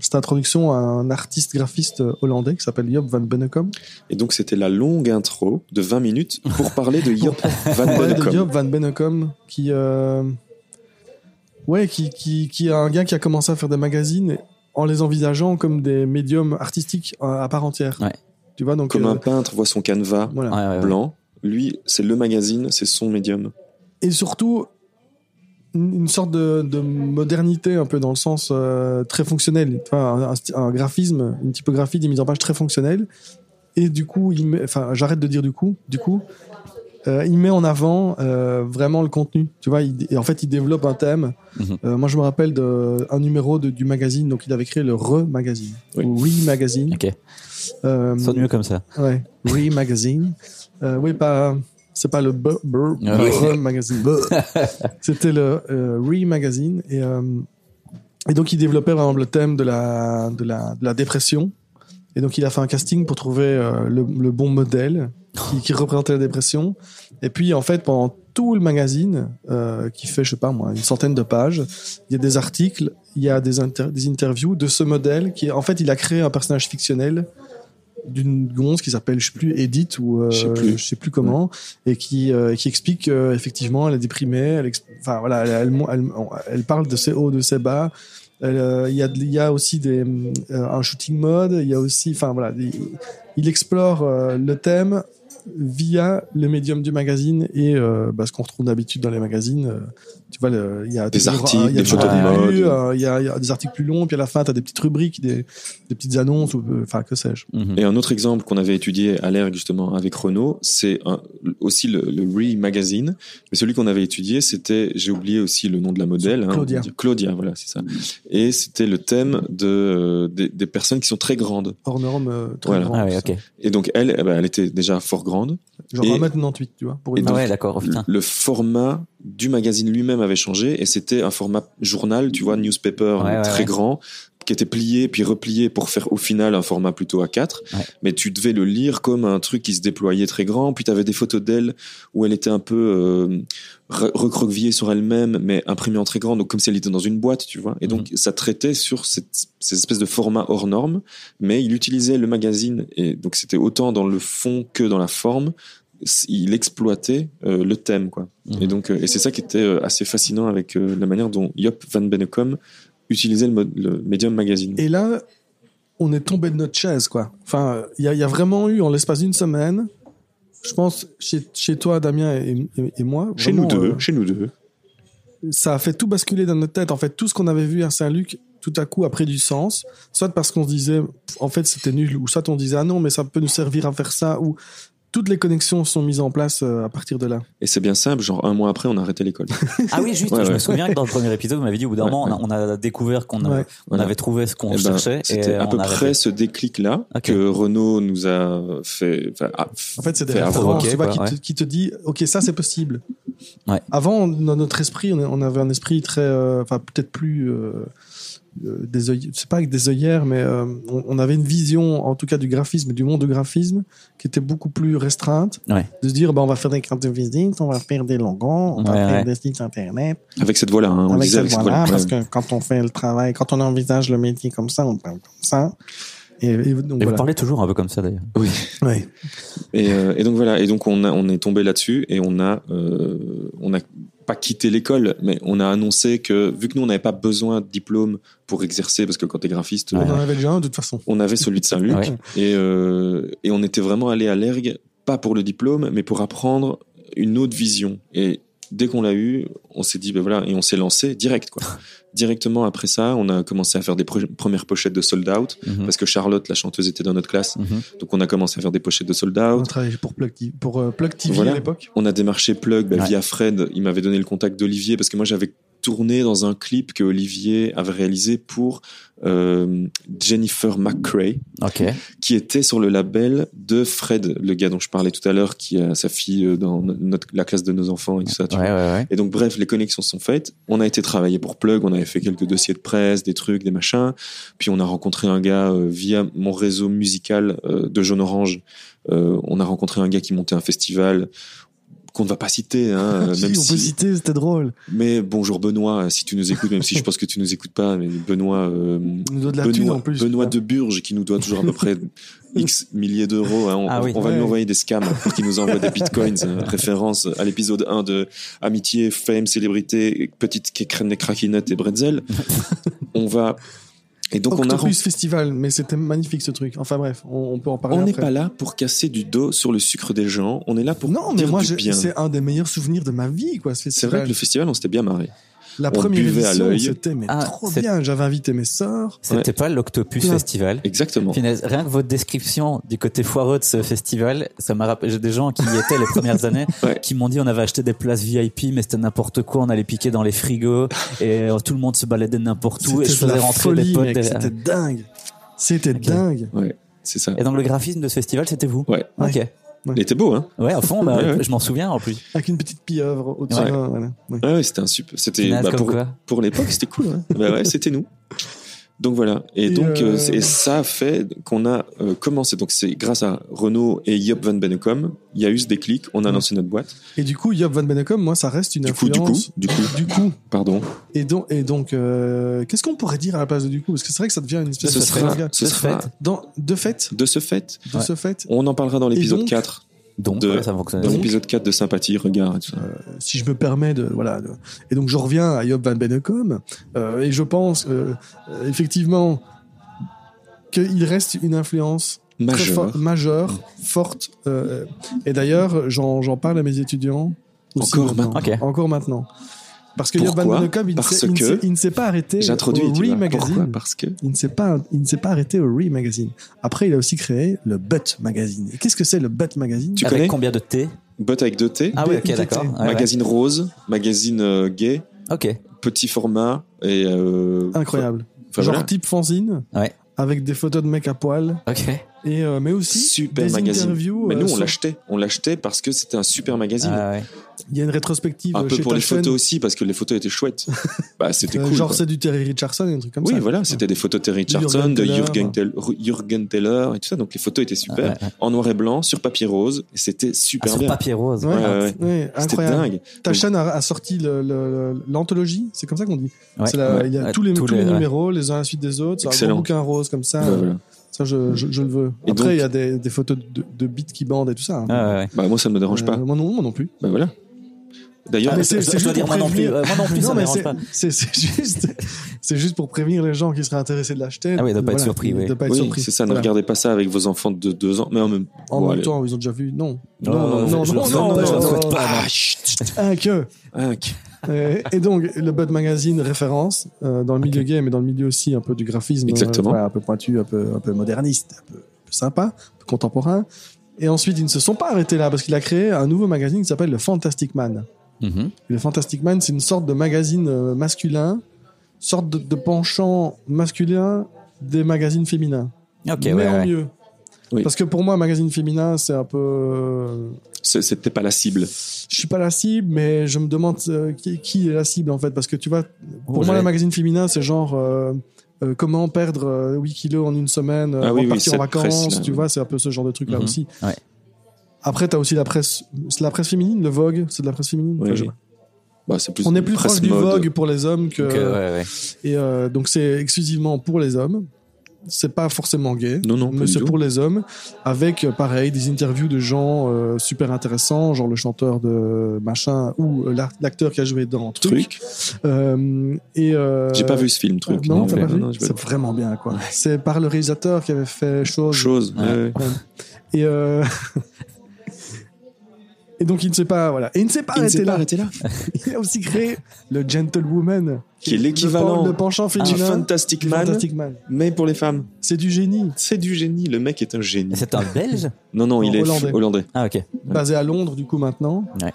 S3: cette introduction à un artiste graphiste euh, hollandais qui s'appelle Job van Bennekom.
S2: Et donc, c'était la longue intro de 20 minutes pour parler de Yop Van
S3: [laughs] Ouais, de
S2: Bennekom.
S3: Job van Bennekom qui euh, ouais qui qui qui est un gars qui a commencé à faire des magazines en les envisageant comme des médiums artistiques euh, à part entière.
S1: Ouais.
S3: Tu vois donc
S2: Comme
S3: euh,
S2: un peintre voit son canevas
S3: voilà.
S1: Ouais, ouais, ouais.
S2: blanc, lui, c'est le magazine, c'est son médium.
S3: et surtout une une sorte de, de modernité un peu dans le sens euh, très fonctionnel enfin un- un, sti- un graphisme une typographie des mises en page très fonctionnelles et du coup il met, enfin j'arrête de dire du coup du coup euh, il met en avant euh, vraiment le contenu tu vois il- et en fait il développe un thème
S1: Mhm.
S3: Euh, moi je me rappelle de un numéro de- du magazine donc il avait créé le re magazine
S2: Oui.
S3: ou re magazine
S1: Ok,
S3: Euh,
S1: sonne mieux comme ça.
S3: Ouais, Re Magazine. Euh, oui, pas. C'est pas le B, B, B-
S1: Ah oui.
S3: Re Magazine.
S1: [laughs]
S3: B. C'était le euh, Re Magazine. Et, euh, et donc, il développait vraiment le thème de la, de la, de la dépression. Et donc, il a fait un casting pour trouver euh, le, le bon modèle qui, qui représentait la dépression. Et puis, en fait, pendant tout le magazine, euh, qui fait, je sais pas moi, une centaine de pages, il y a des articles, il y a des, inter- des interviews de ce modèle qui, est- en fait, il a créé un personnage fictionnel d'une gonze qui s'appelle, je sais plus, Edith ou euh,
S2: Je sais plus.
S3: je sais plus comment, et qui, euh, qui explique euh, effectivement, elle est déprimée, elle, exp- enfin voilà, elle, elle, mon- elle- elle parle de ses hauts, de ses bas. Elle, euh, Il y, a, de- il y a aussi des, hum, euh, un shooting mode, il y a aussi, enfin voilà, il, il explore euh, le thème via le médium du magazine et euh, bah, ce qu'on retrouve d'habitude dans les magazines. euh, tu vois, le- il y a
S2: Des
S3: toujours-
S2: articles,
S3: il y
S2: des
S3: a toujours
S1: photos de
S3: un début,
S2: mode.
S3: euh, Il y, a- il y a des articles plus longs, puis à la fin, tu as des petites rubriques, des, des petites annonces, ou euh, enfin, que sais-je.
S1: Mhm.
S2: Et un autre exemple qu'on avait étudié à l'ERG justement avec Renault, c'est un- aussi le, le Re Magazine. Mais celui qu'on avait étudié, c'était, j'ai oublié aussi le nom de la modèle. hein,
S3: Claudia.
S2: on dit- Claudia, voilà, c'est ça. Et c'était le thème de, euh, des, des personnes qui sont très grandes.
S3: Hors norme, euh, très
S2: Voilà.
S3: grand,
S1: Ah ouais,
S3: ça.
S1: ok.
S2: Et donc, elle, eh ben, elle était déjà fort grande.
S3: Genre
S2: Et-
S3: 1m98, tu vois, pour une
S2: Et
S1: Ah
S2: donc-
S1: ouais, d'accord, oh,
S2: le,
S1: putain.
S2: le format du magazine lui-même avait changé et c'était un format journal, tu vois, newspaper
S1: Ouais, ouais,
S2: très
S1: ouais.
S2: grand qui était plié puis replié pour faire au final un format plutôt à 4
S1: Ouais.
S2: mais tu devais le lire comme un truc qui se déployait très grand puis tu avais des photos d'elle où elle était un peu euh, re- recroquevillée sur elle-même mais imprimée en très grand donc comme si elle était dans une boîte tu
S1: Mhm.
S2: vois et donc ça traitait sur cette, ces espèces de formats hors normes mais il utilisait le magazine et donc c'était autant dans le fond que dans la forme s- il exploitait euh, le thème quoi
S1: Mhm.
S2: et donc euh, et c'est ça qui était euh, assez fascinant avec euh, la manière dont Yop van Bennekom utilisait le, mod- le médium magazine
S3: Et là, on est tombé de notre chaise, quoi. Enfin, euh, il y, a- il y a vraiment eu, en l'espace d'une semaine, je pense, chez, chez toi, Damien, et, et- et moi.
S2: chez nous
S3: vraiment,
S2: deux
S3: euh,
S2: chez nous deux
S3: ça a fait tout basculer dans notre tête. En fait, tout ce qu'on avait vu à Saint-Luc, tout à coup, a pris du sens. Soit parce qu'on se disait, pff, en fait, c'était nul, ou soit on disait, ah non, mais ça peut nous servir à faire ça, ou toutes les connexions sont mises en place euh, à partir de là.
S2: et c'est bien simple genre un mois après on a arrêté l'école
S1: Ah oui, juste,
S2: Ouais,
S1: je
S2: ouais.
S1: me souviens que dans le premier épisode, vous m'avez dit au bout d'un
S2: Ouais,
S1: moment, on a, on a découvert qu'on
S3: Ouais.
S1: avait, [laughs] on avait trouvé ce qu'on
S2: Eh ben,
S1: cherchait.
S2: c'était
S1: et
S2: à peu
S1: on a
S2: près
S1: arrêté.
S2: ce déclic là
S1: Ok.
S2: que Renault nous a fait enfin, a-
S3: En fait, c'est des
S2: fait
S3: références
S2: avoir.
S1: provoquer,
S3: tu vois,
S1: quoi,
S3: qui, te,
S1: ouais.
S3: qui te dit, ok, ça c'est possible.
S1: Ouais.
S3: Avant, on- dans notre esprit, on, on avait un esprit très, euh, enfin peut-être plus euh, euh, des œillères, c'est pas avec des œillères, mais euh, on, on avait une vision, en tout cas du graphisme, du monde du graphisme, qui était beaucoup plus restreinte.
S1: Ouais.
S3: De se dire, ben, on va faire des cartes de visite, on va faire des logons, on va
S1: Ouais,
S3: faire
S1: ouais.
S3: des sites internet.
S2: Avec cette voix-là, hein, on le
S3: avec
S2: disait
S3: cette
S2: avec cette
S3: voix-là,
S2: voix-là.
S3: parce que quand on fait le travail, quand on envisage le métier comme ça, on parle comme ça. Et, et donc
S1: Et vous
S3: voilà.
S1: parlez toujours un peu comme ça d'ailleurs.
S3: Ouais.
S2: Et, euh, et donc voilà, et donc on, a, on est tombé là-dessus et on a, euh, on n'a pas quitté l'école, mais on a annoncé que vu que nous on n'avait pas besoin de diplôme pour exercer, parce que quand t'es graphiste,
S1: Ouais.
S3: On en avait déjà un de toute façon.
S2: on avait celui de Saint-Luc
S1: Ah Ouais.
S2: et, euh, et on était vraiment allé à l'ergue, pas pour le diplôme, mais pour apprendre une autre vision. Et dès qu'on l'a eu, on s'est dit ben voilà, et on s'est lancé
S1: [laughs]
S2: direct quoi. Directement après ça, on a commencé à faire des pro- premières pochettes de sold out
S1: Mhm.
S2: parce que Charlotte, la chanteuse, était dans notre classe,
S1: Mhm.
S2: donc on a commencé à faire des pochettes de sold
S3: On
S2: out.
S3: travaillait pour Plug TV, pour, euh, Plug TV
S2: Voilà.
S3: à l'époque.
S2: On a démarché Plug bah,
S1: Ouais.
S2: via Fred. Il m'avait donné le contact d'Olivier parce que moi j'avais tourné dans un clip que Olivier avait réalisé pour euh, Jennifer McCrae,
S1: Ok.
S2: qui était sur le label de Fred, le gars dont je parlais tout à l'heure, qui a sa fille euh, dans no- notre, la classe de nos enfants et tout ça. tu
S1: Ouais,
S2: vois.
S1: ouais, ouais.
S2: Et donc bref, les connexions sont faites. On a été travailler pour Plug, on avait fait quelques dossiers de presse, des trucs, des machins. Puis on a rencontré un gars euh, via mon réseau musical euh, de Jaune Orange. Euh, on a rencontré un gars qui montait un festival qu'on ne va pas citer, hein, euh,
S3: [laughs] Si,
S2: même
S3: on peut
S2: si.
S3: citer, c'était drôle.
S2: Mais bonjour Benoît, si tu nous écoutes, même si je pense que tu nous écoutes pas, mais Benoît, euh,
S3: On nous doit de la thune
S2: Benoît,
S3: en plus.
S2: Benoît de Burge qui nous doit toujours à peu
S3: [laughs]
S2: près X milliers d'euros. hein. On,
S1: Ah oui.
S2: on va lui
S3: Ouais.
S2: envoyer des scams pour qu'il nous envoie des bitcoins. hein.
S3: [laughs]
S2: référence à l'épisode 1 de Amitié, Fame, Célébrité, Petite qui crème des craquinettes et bretzel.
S3: [laughs]
S2: on va. Et donc on a.
S3: Octopus Festival, mais c'était magnifique ce truc. Enfin bref, on, on peut en parler
S2: On n'est
S3: après.
S2: pas là pour casser du dos sur le sucre des gens. On est là pour
S3: non, mais
S2: dire
S3: moi,
S2: du
S3: j'ai-
S2: bien.
S3: c'est un des meilleurs souvenirs de ma vie, quoi, ce
S2: C'est
S3: festival.
S2: vrai que le festival, on s'était bien marré.
S3: La
S2: on
S3: première
S2: buvait à
S3: édition,
S2: l'œil.
S3: c'était mais
S1: Ah,
S3: trop
S1: c'est-
S3: bien. J'avais invité mes sœurs.
S1: C'était pas l'Octopus
S3: Plein.
S1: Festival.
S2: Exactement.
S1: Finesse, rien que votre description du côté foireux de ce festival, ça m'a rappelé. J'ai des gens qui y étaient les
S2: [laughs]
S1: premières années,
S2: Ouais.
S1: qui m'ont dit on avait acheté des places VIP, mais c'était n'importe quoi, on allait piquer dans les frigos et euh, tout le monde se baladait n'importe où et
S3: C'était
S1: je
S3: de
S1: faisais
S3: la
S1: rentrer
S3: folie,
S1: des potes.
S3: mec,
S1: des-
S3: C'était dingue. C'était dingue.
S2: C'est ça.
S1: Et donc le graphisme de ce festival, c'était vous.
S2: Ouais.
S1: Ok.
S2: Il était beau, hein.
S1: Ouais, à fond, bah,
S2: Ouais, ouais.
S1: je m'en souviens en plus.
S3: Avec une petite pieuvre au-dessus.
S1: Ouais.
S3: d'un- voilà. Ouais.
S2: Ah Ouais, ouais, c'était un super. C'était
S1: Finesse,
S2: bah,
S1: comme
S2: pour,
S1: quoi.
S2: pour l'époque, c'était cool. hein. Bah ouais, c'était nous. Donc voilà. Et,
S3: Et
S2: donc,
S3: euh,
S2: euh, c'est- et ça a fait qu'on a euh, commencé. Donc c'est grâce à Renault et Yop van Bennekom, il y a eu ce déclic, on a
S3: Ouais.
S2: lancé notre boîte.
S3: Et du coup, Yop Van Bennekom, moi, ça reste Mm. une
S2: Du coup, du coup,
S3: influence.
S2: du coup,
S3: Du coup,
S2: pardon.
S3: et donc, et donc euh, qu'est-ce qu'on pourrait dire à la place de du coup Parce que c'est vrai que ça devient une espèce
S2: Ce
S3: de
S2: sera,
S3: saga.
S2: ce
S1: de
S2: sera-
S1: fait.
S3: Dans, de fait,
S2: de ce fait,
S3: de
S1: Ouais.
S3: ce fait,
S2: on en parlera dans l'épisode
S3: donc,
S2: 4.
S1: Donc
S2: De-
S1: ouais, ça fonctionne.
S2: Dans
S3: donc-
S2: l'épisode 4 de Sympathie, Regarde. tout ça.
S3: euh, si je me permets de voilà de- et donc je reviens à Job van Bennekom euh, et je pense euh, euh, effectivement qu'il reste une influence très
S2: Majeur.
S3: for- majeure forte euh, et d'ailleurs j'en j'en parle à mes étudiants aussi
S2: Encore
S1: maintenant. Ok.
S3: encore maintenant parce que Job van
S2: Pourquoi
S3: Bennekom il, ne
S2: Parce
S3: s'est- il ne
S2: que-
S3: s'est- il ne s'est pas arrêté
S2: J'introduis.
S3: au
S2: tu vois.
S3: Re
S2: Pourquoi
S3: Magazine
S2: Parce que.
S3: il ne s'est pas il ne s'est pas arrêté au Re Magazine après il a aussi créé le But Magazine et qu'est-ce que c'est le But Magazine
S2: Tu connais
S1: Avec combien de thé
S2: Bot avec deux T.
S1: Ah oui, ok,
S3: BUT.
S1: d'accord. Ouais, ouais.
S2: magazine rose, magazine euh, gay,
S1: Ok.
S2: petit format et. euh,
S3: incroyable
S2: enfin,
S3: genre
S2: voilà.
S3: type fanzine,
S1: Ouais.
S3: avec des photos de mecs à poil,
S1: Ok.
S3: et, euh, mais aussi
S2: Super
S3: des
S2: magazine.
S3: interviews.
S2: Mais
S3: euh,
S2: nous, on
S3: sur-
S2: l'achetait. On l'achetait parce que c'était un super magazine.
S1: Ah, ouais.
S3: Il y a une rétrospective
S2: un
S3: euh,
S2: peu
S3: chez
S2: pour les
S3: Tyson,
S2: photos aussi, parce que les photos étaient
S3: [laughs]
S2: chouettes. bah, c'était
S3: euh,
S2: cool.
S3: genre
S2: quoi.
S3: c'est du Terry Richardson et un truc comme
S2: oui,
S3: ça.
S2: voilà, c'était des photos de Terry Richardson, de
S3: Jürgen
S2: Jürgen Tell- Ru- Jürgen Teller et tout ça. Donc les photos étaient super.
S1: Ouais, ouais.
S2: En noir et blanc, sur papier rose. Et c'était
S1: Ah,
S2: super
S1: sur
S2: bien.
S1: papier rose.
S3: Ouais,
S2: Ouais, ouais, ouais.
S3: ouais,
S2: C'était
S3: incroyable.
S2: dingue.
S3: Tachan a, a sorti le- le- le- l'anthologie, c'est comme ça qu'on dit.
S1: Ouais.
S3: C'est la-
S1: Ouais.
S3: Il y a
S1: Ouais,
S3: tous les, tous les
S1: ouais.
S3: numéros, les uns à la suite des autres. C'est un
S2: Excellent.
S3: gros bouquin rose comme ça.
S2: Ouais, voilà.
S3: Ça, je, je, je le veux.
S2: Et donc-
S3: Après, il y a des, des photos de, de beats qui bandent et tout ça. hein.
S1: Ah, ouais, ouais.
S2: Bah, moi, ça ne me dérange
S3: Euh,
S2: pas.
S3: Moi non, moi non plus.
S2: Bah, voilà. D'ailleurs,
S3: Ah, mais
S1: Je-
S3: c'est-
S1: je,
S3: c'est
S1: dois
S3: juste
S1: dire moi
S3: pour
S1: non plus.
S3: prévenir.
S1: euh, moi non plus, ça
S3: non,
S1: me
S3: mais
S1: dérange
S3: c'est-
S1: pas.
S3: c'est c'est juste, c'est juste pour prévenir les gens qui seraient intéressés de l'acheter.
S1: Ah oui, de pas être surpris,
S3: De
S1: oui.
S3: pas être
S2: oui,
S3: surpris.
S2: c'est ça. Ne
S3: Voilà.
S2: regardez pas ça avec vos enfants de deux ans. Mais en même,
S3: En
S2: Bon,
S3: même
S2: allez.
S3: temps, ils ont déjà vu. Non.
S1: Non,
S3: Non, non, non,
S1: je le
S3: non,
S1: souhaite
S3: non,
S1: pas, je le
S3: non,
S1: souhaite
S3: non.
S1: pas, non.
S2: Ah, chut.
S3: Ah, que.
S2: Ah, ok.
S3: Euh, Et donc, le Bud Magazine référence euh, dans le milieu gay, mais dans le milieu aussi un peu du graphisme. euh,
S2: Exactement.
S3: voilà, un peu pointu, un peu, un peu moderniste, un peu, un peu sympa, un peu contemporain. Et ensuite, ils ne se sont pas arrêtés là parce qu'il a créé un nouveau magazine qui s'appelle le Fantastic Man.
S1: Mhm.
S3: Le Fantastic Man, c'est une sorte de magazine euh, masculin, sorte de, de penchant masculin des magazines féminins.
S1: Ok,
S3: mais
S1: ouais, ouais.
S3: en mieux.
S2: Oui.
S3: Parce que pour moi, un magazine féminin, c'est un peu. euh,
S2: C'est- C'était pas la cible.
S3: Je suis pas la cible, mais je me demande euh, qui, qui est la cible en fait. Parce que tu vois, pour
S1: Ouais.
S3: moi, le magazine féminin, c'est genre euh, euh, comment perdre euh, 8 kilos en une semaine euh,
S2: Ah
S3: avant
S2: oui,
S3: de
S2: oui,
S3: partir en
S2: cette
S3: vacances,
S2: presse-là,
S3: tu
S2: oui.
S3: vois, c'est un peu ce genre de truc-là
S1: Mhm.
S3: aussi.
S1: Ouais.
S3: Après, t'as aussi la presse, c'est la presse féminine, le Vogue, c'est de la presse féminine.
S2: Oui,
S3: Enfin, je-
S2: oui. Bah, c'est plus
S3: On est
S2: une
S3: plus
S2: presse
S3: proche du
S2: mode.
S3: Vogue pour les hommes que.
S1: Donc, euh, ouais, ouais.
S3: Et euh, donc c'est exclusivement pour les hommes. C'est pas forcément gay.
S2: Non, non, pas
S3: mais
S2: du
S3: c'est
S2: tout.
S3: pour les hommes, avec euh, pareil des interviews de gens euh, super intéressants, genre le chanteur de machin ou euh, l'ar- l'acteur qui a joué dans Truc.
S2: Truc.
S3: Euh, et euh,
S2: J'ai pas vu ce film, truc.
S3: non,
S1: non
S3: t'as
S1: plus.
S3: pas vu.
S2: Non, non, j'ai pas
S3: c'est vraiment bien quoi. C'est par le réalisateur qui avait fait chose.
S2: Chose.
S1: Ouais.
S2: ouais, ouais.
S3: Et euh, [laughs] et donc il ne s'est pas voilà. Et il ne s'est pas
S2: Il ne
S3: arrêté
S2: s'est pas
S3: là.
S2: arrêté là.
S3: Il a aussi créé le Gentlewoman,
S2: Qui est l'équivalent
S3: le, pen- le penchant
S2: Du
S3: féminin.
S2: Fantastic
S3: du
S2: Man,
S3: Fantastic Man.
S2: mais pour les femmes.
S3: C'est du génie.
S2: C'est du génie. Le mec est un génie.
S1: C'est un Belge
S2: Non, non,
S3: Non,
S2: il est
S3: hollandais.
S2: hollandais.
S1: Ah, ok.
S3: basé à Londres du coup maintenant.
S1: Ouais.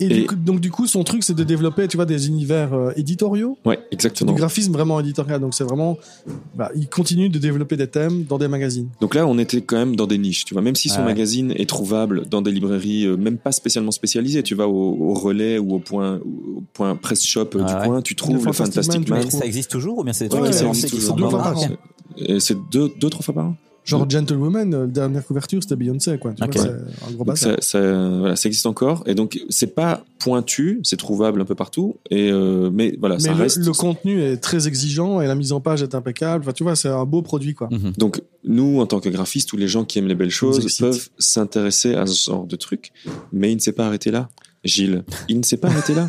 S3: Et,
S2: Et-
S3: du coup- donc du coup son truc c'est de développer tu vois des univers euh, éditoriaux,
S2: Ouais,
S3: du
S2: exactement.
S3: graphisme vraiment éditorial donc c'est vraiment bah, il continue de développer des thèmes dans des magazines.
S2: Donc là, on était quand même dans des niches, tu vois. Même si son
S1: Ouais.
S2: magazine est trouvable dans des librairies, euh, même pas spécialement spécialisées, tu vas au, au relais ou au point, au point press shop euh, du
S1: Ouais, ouais.
S2: coin, tu trouves le
S3: Fantastic
S2: Fantastic
S3: Man,
S2: Man.
S1: Mais ça existe toujours ou bien c'est des
S2: Ouais,
S1: trucs qui sont
S2: ouais, ça
S1: lancés
S2: existe
S1: qui
S2: toujours.
S1: sont
S3: Deux
S1: dans
S3: fois
S1: le
S3: par
S1: marché
S3: an.
S2: Et c'est deux, deux, trois fois par an.
S3: Genre
S2: Je-
S3: Gentlewoman, euh, dernière couverture c'était Beyoncé quoi. Tu
S1: Ok.
S3: vois, c'est un gros
S2: Donc
S3: bazar.
S2: ça, ça, euh, voilà, ça existe encore. Et donc, c'est pas pointu, c'est trouvable un peu partout. Et, euh, mais voilà,
S3: Mais
S2: ça
S3: le,
S2: reste.
S3: le contenu est très exigeant et la mise en page est impeccable. Enfin, tu vois, c'est un beau produit quoi.
S1: Mhm.
S2: Donc, nous, en tant que graphistes, tous les gens qui aiment les belles choses
S3: excite.
S2: peuvent s'intéresser à ce genre de truc. Mais il ne s'est pas arrêté là, Gilles. Il ne s'est pas arrêté
S3: [laughs]
S2: là,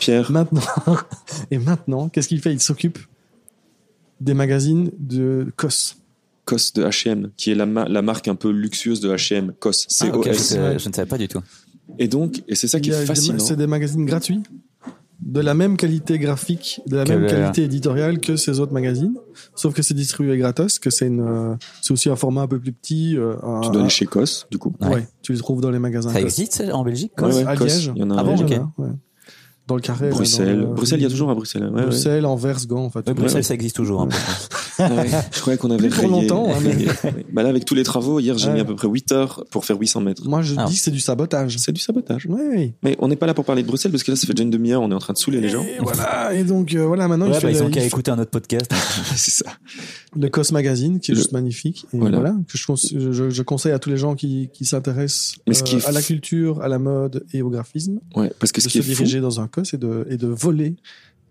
S2: Pierre.
S3: Maintenant [laughs] et maintenant, qu'est-ce qu'il fait Il s'occupe des magazines de COS.
S2: COS de H&M, qui est la, ma- la marque un peu luxueuse de H&M. COS,
S1: Ah,
S2: c
S1: ok, je,
S3: OS, ouais.
S1: sais- je ne savais pas du tout.
S2: Et donc, et c'est ça qui
S3: Il y a
S2: est
S3: des-
S2: fascinant.
S3: C'est des magazines gratuits, de la même qualité graphique, de la
S1: Que
S3: même
S1: le-
S3: qualité éditoriale que ces autres magazines, sauf que c'est distribué gratos, que c'est une, euh, c'est aussi un format un peu plus petit. euh, un-
S2: Tu dois
S3: un-
S2: aller chez COS, du coup.
S1: ouais.
S3: ouais, tu les trouves dans les magasins.
S1: Ça existe ça, en Belgique quoi
S3: Cos,
S2: Ouais, ouais,
S3: à
S2: Cos,
S3: Liège.
S2: il y en a
S3: Ah
S1: à
S3: bon,
S1: Liège,
S3: il y en a, ouais. Dans le carré. là, dans
S2: Bruxelles.
S3: le-
S2: Bruxelles, il y a toujours un Bruxelles. ouais, ouais.
S3: euh, Bruxelles, Anvers, Gand, enfin.
S1: Oui,
S3: tout.
S1: Bruxelles, ça existe toujours. hein.
S2: Ouais, je croyais
S3: [laughs]
S2: qu'on avait
S3: Plus
S2: rayé-
S3: pour longtemps, hein,
S2: [laughs]
S3: mais-
S2: rayé. Bah là, avec tous les travaux, hier, j'ai
S3: Ouais.
S2: mis à peu près 8 heures pour faire 800 mètres.
S3: Moi, je
S1: Ah.
S3: dis que c'est du sabotage.
S2: C'est du sabotage.
S3: Oui, oui.
S2: Mais on n'est pas là pour parler de Bruxelles parce que là, ça fait déjà une demi-heure, on est en train de saouler les
S3: [laughs]
S2: gens.
S3: Et voilà. Et donc, euh, voilà, maintenant,
S1: Ouais,
S3: il fait
S1: bah, ils
S3: le-
S1: ont
S3: il
S1: qu'à
S3: fait-
S1: écouter un autre podcast.
S2: C'est ça.
S3: le COS Magazine, qui est
S2: Le-
S3: juste magnifique. Et voilà,
S2: Voilà.
S3: que je, conse- je, je conseille à tous les gens qui, qui s'intéressent
S2: Mais ce qui
S3: euh,
S2: est
S3: à la
S2: fou-
S3: culture, à la mode et au graphisme,
S2: Ouais, parce que
S3: de
S2: ce
S3: se
S2: qui est fou,
S3: diriger dans un COS et de, et de voler.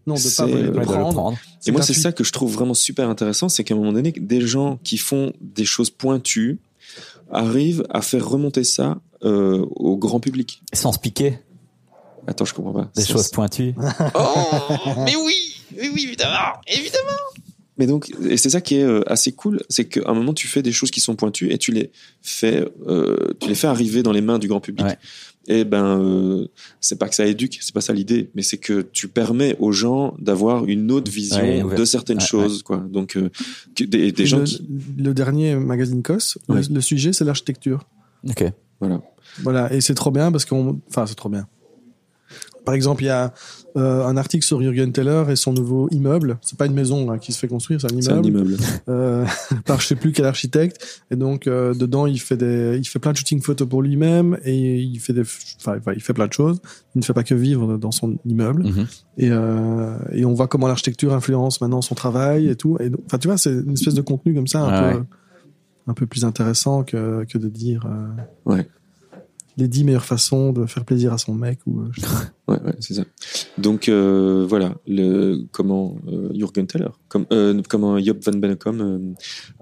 S3: Non, de
S2: C'est-
S3: pas voler,
S2: Ouais,
S3: de
S1: Ouais, de le
S3: prendre.
S1: prendre.
S2: Et moi, c'est
S3: gratuit.
S2: ça que je trouve vraiment super intéressant, c'est qu'à un moment donné, des gens qui font des choses pointues arrivent à faire remonter ça euh, au grand public.
S1: Sans se piquer,
S2: Attends, je comprends pas.
S1: des
S2: Ça,
S1: choses
S2: c'est-
S1: pointues.
S4: Oh, mais oui, oui, oui, évidemment, évidemment.
S2: Mais donc, et c'est ça qui est euh, assez cool, c'est qu'à un moment, tu fais des choses qui sont pointues et tu les fais, euh, tu les fais arriver dans les mains du grand public.
S1: Ouais.
S2: Et ben, euh, c'est pas que ça éduque, c'est pas ça l'idée, mais c'est que tu permets aux gens d'avoir une autre vision
S1: Ouais, ouverte.
S2: de certaines
S1: Ouais,
S2: choses, quoi. Donc, euh, que des, des
S3: Et
S2: gens
S3: le,
S2: qui,
S3: le dernier magazine COS, le-
S2: Ouais.
S3: le, sujet, c'est l'architecture.
S1: Ok.
S3: Voilà, et c'est trop bien parce qu'on. Enfin, c'est trop bien. Par exemple, il y a euh, un article sur Jürgen Teller et son nouveau immeuble. C'est pas une maison là, qui se fait construire, c'est un
S2: c'est un
S3: immeuble.
S2: immeuble.
S3: euh, [laughs] par je sais plus quel architecte. Et donc euh, dedans, il fait des, il fait plein de shooting photos pour lui-même et il fait des, enfin, enfin, il fait plein de choses. Il ne fait pas que vivre dans son immeuble.
S1: Mhm.
S3: Et euh, et on voit comment l'architecture influence maintenant son travail et tout. Et donc, enfin, tu vois, c'est une espèce de contenu comme ça, un
S1: Ah
S3: peu, un peu plus intéressant que que de dire. euh,
S2: Ouais.
S3: Les 10 meilleures façons de faire plaisir à son mec ou euh, je sais pas.
S2: Ouais, ouais, c'est ça. Donc euh, voilà, le comment euh, Jürgen Teller, comme euh, comment Job van Bennekom euh,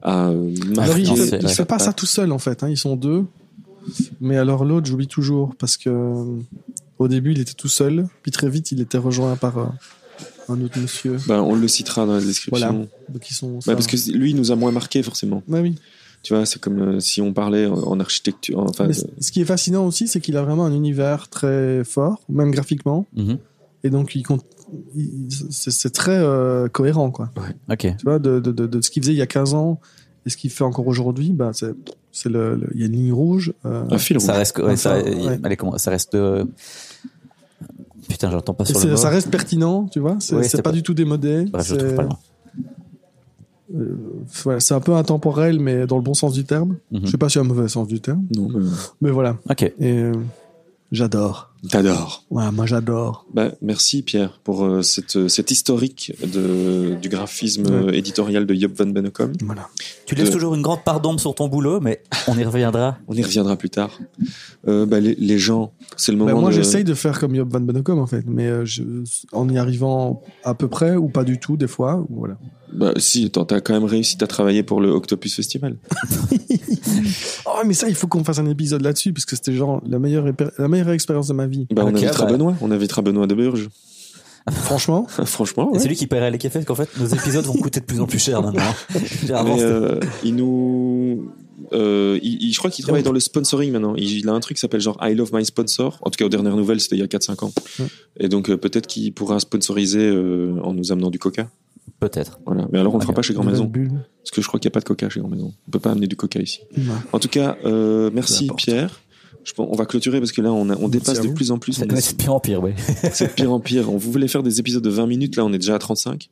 S2: a euh,
S3: Alors,
S2: marqué
S3: il,
S1: non,
S3: fait,
S1: c'est-
S3: il
S1: ouais.
S3: fait pas ça tout seul en fait, hein, ils sont deux. Mais alors l'autre, j'oublie toujours parce que euh, au début il était tout seul, puis très vite il était rejoint par euh, un autre monsieur.
S2: Ben, on le citera dans la description.
S3: Voilà. Donc ils sont.
S2: Ouais, Bah, parce que lui, il nous a moins marqué forcément.
S3: Ouais, oui.
S2: Tu vois, c'est comme euh, si on parlait en- en architecture. Enfin,
S3: Mais c- ce qui est fascinant aussi, c'est qu'il a vraiment un univers très fort, même graphiquement,
S1: Mhm.
S3: et donc il compte. il- C'est c'est très euh, cohérent quoi.
S1: Ok.
S3: Tu vois, de, de, de, de ce qu'il faisait il y a 15 ans et ce qu'il fait encore aujourd'hui, bah c'est c'est le le- il y a une ligne rouge. euh,
S2: un fil
S1: Ça
S2: rouge.
S1: reste. ouais, ça,
S3: Enfin, ouais.
S1: allez, comment- ça reste. euh, Putain, j'entends pas
S3: Et
S1: sur
S3: c'est-
S1: le.
S3: ça
S1: mot.
S3: reste pertinent, tu vois. C'est
S1: Oui,
S3: c'est
S1: c'est
S3: pas
S1: pas-
S3: du tout démodé.
S1: Bref, je
S3: c'est-
S1: trouve pas le nom.
S3: euh, voilà, c'est un peu intemporel, mais dans le bon sens du terme.
S1: Mhm.
S2: euh,
S3: Je sais pas si c'est un mauvais sens du terme,
S2: Non, mais-
S3: mais voilà.
S1: Ok.
S3: Et euh, j'adore.
S2: T'adores.
S3: Ouais, moi j'adore.
S2: Bah, merci Pierre pour euh, cette, euh, cette historique de, du graphisme euh, éditorial de Job van Bennekom.
S3: Voilà.
S1: Tu
S3: Euh.
S1: laisses
S2: De-
S1: toujours une grande part d'ombre sur ton boulot, mais on y reviendra.
S2: On y reviendra plus tard. Euh, bah, les, les gens, c'est le moment
S3: Bah, moi
S2: de...
S3: j'essaye de faire comme Job Van Bennekom en fait, mais euh, je, en y arrivant à peu près ou pas du tout des fois. Voilà.
S2: Bah, si, attends, t'as quand même réussi, t'as travaillé pour le Octopus Festival.
S3: Oh mais ça il faut qu'on fasse un épisode là-dessus parce que c'était genre la meilleure, épé- la meilleure expérience de ma vie.
S2: Bah,
S1: Ok,
S2: on invitera
S1: bah.
S2: Benoît, on invitera Benoît de Burge.
S3: Franchement,
S2: [laughs] Franchement,
S1: Et
S2: ouais.
S1: C'est lui qui paierait les cafés, parce qu'en fait, nos épisodes vont coûter de plus en plus cher
S3: [laughs]
S1: maintenant. hein. Avant,
S2: Mais,
S1: c'était-
S2: euh, il nous. euh, il- il- je crois qu'il travaille dans le sponsoring maintenant. Il, il a un truc qui s'appelle genre I Love My Sponsor. En tout cas, aux dernières nouvelles, c'était il y a 4-5 ans.
S3: Ouais.
S2: Et donc, euh, peut-être qu'il pourra sponsoriser euh, en nous amenant du coca.
S1: Peut-être.
S2: Voilà. Mais alors, on ne fera
S1: Ok.
S2: pas chez Grand
S3: Nouvelle
S2: Maison.
S3: bulle.
S2: Parce que je crois qu'il n'y a pas de coca chez Grand Maison. On ne peut pas amener du coca ici.
S3: Ouais.
S2: En tout cas, euh,
S3: Peu
S2: merci
S3: importe.
S2: Pierre. Je pense, on va clôturer parce que là, on, a- on
S3: Merci
S2: dépasse
S3: à
S2: de
S3: vous.
S2: plus en plus.
S1: C'est
S2: On est-
S1: c'est de pire en pire, oui.
S2: C'est de pire en pire. On voulait faire des épisodes de 20 minutes. Là, on est déjà à 35.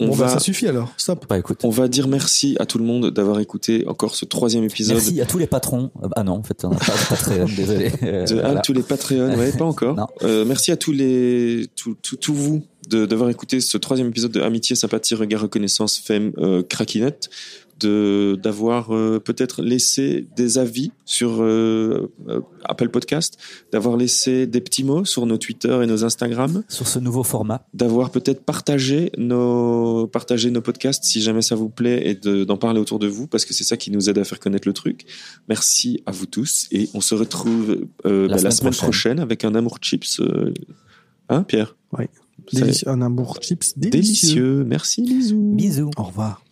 S2: On
S3: Bon, bah,
S2: va.
S3: ça suffit alors. Stop.
S1: Bah écoute.
S2: on va dire merci à tout le monde d'avoir écouté encore ce troisième épisode.
S1: Merci à tous les patrons. Euh, Ah non, en fait, on n'a pas de patron,
S3: [laughs]
S1: désolé. Euh,
S2: De-
S1: voilà.
S2: à tous les Patreons, ouais,
S1: [laughs]
S2: pas
S1: Non.
S2: encore. Euh, merci à tous les, tout, tout, tout vous de- d'avoir écouté ce troisième épisode de Amitié, Sympathie, Regard, Reconnaissance, Femme, euh, Craquinette, de d'avoir euh, peut-être laissé des avis sur euh, euh, Apple Podcast, d'avoir laissé des petits mots sur nos Twitter et nos Instagram,
S1: Sur ce nouveau format,
S2: d'avoir peut-être partagé nos partagé nos podcasts si jamais ça vous plaît et de- d'en parler autour de vous parce que c'est ça qui nous aide à faire connaître le truc. Merci à vous tous et on se retrouve euh, bah, la, semaine prochaine. avec un amour chips. euh, Hein Pierre
S3: Oui.
S2: Ça-
S3: Délici- un amour chips délicieux.
S2: Délicieux. Merci. Bisous.
S1: bisous.
S3: Au revoir.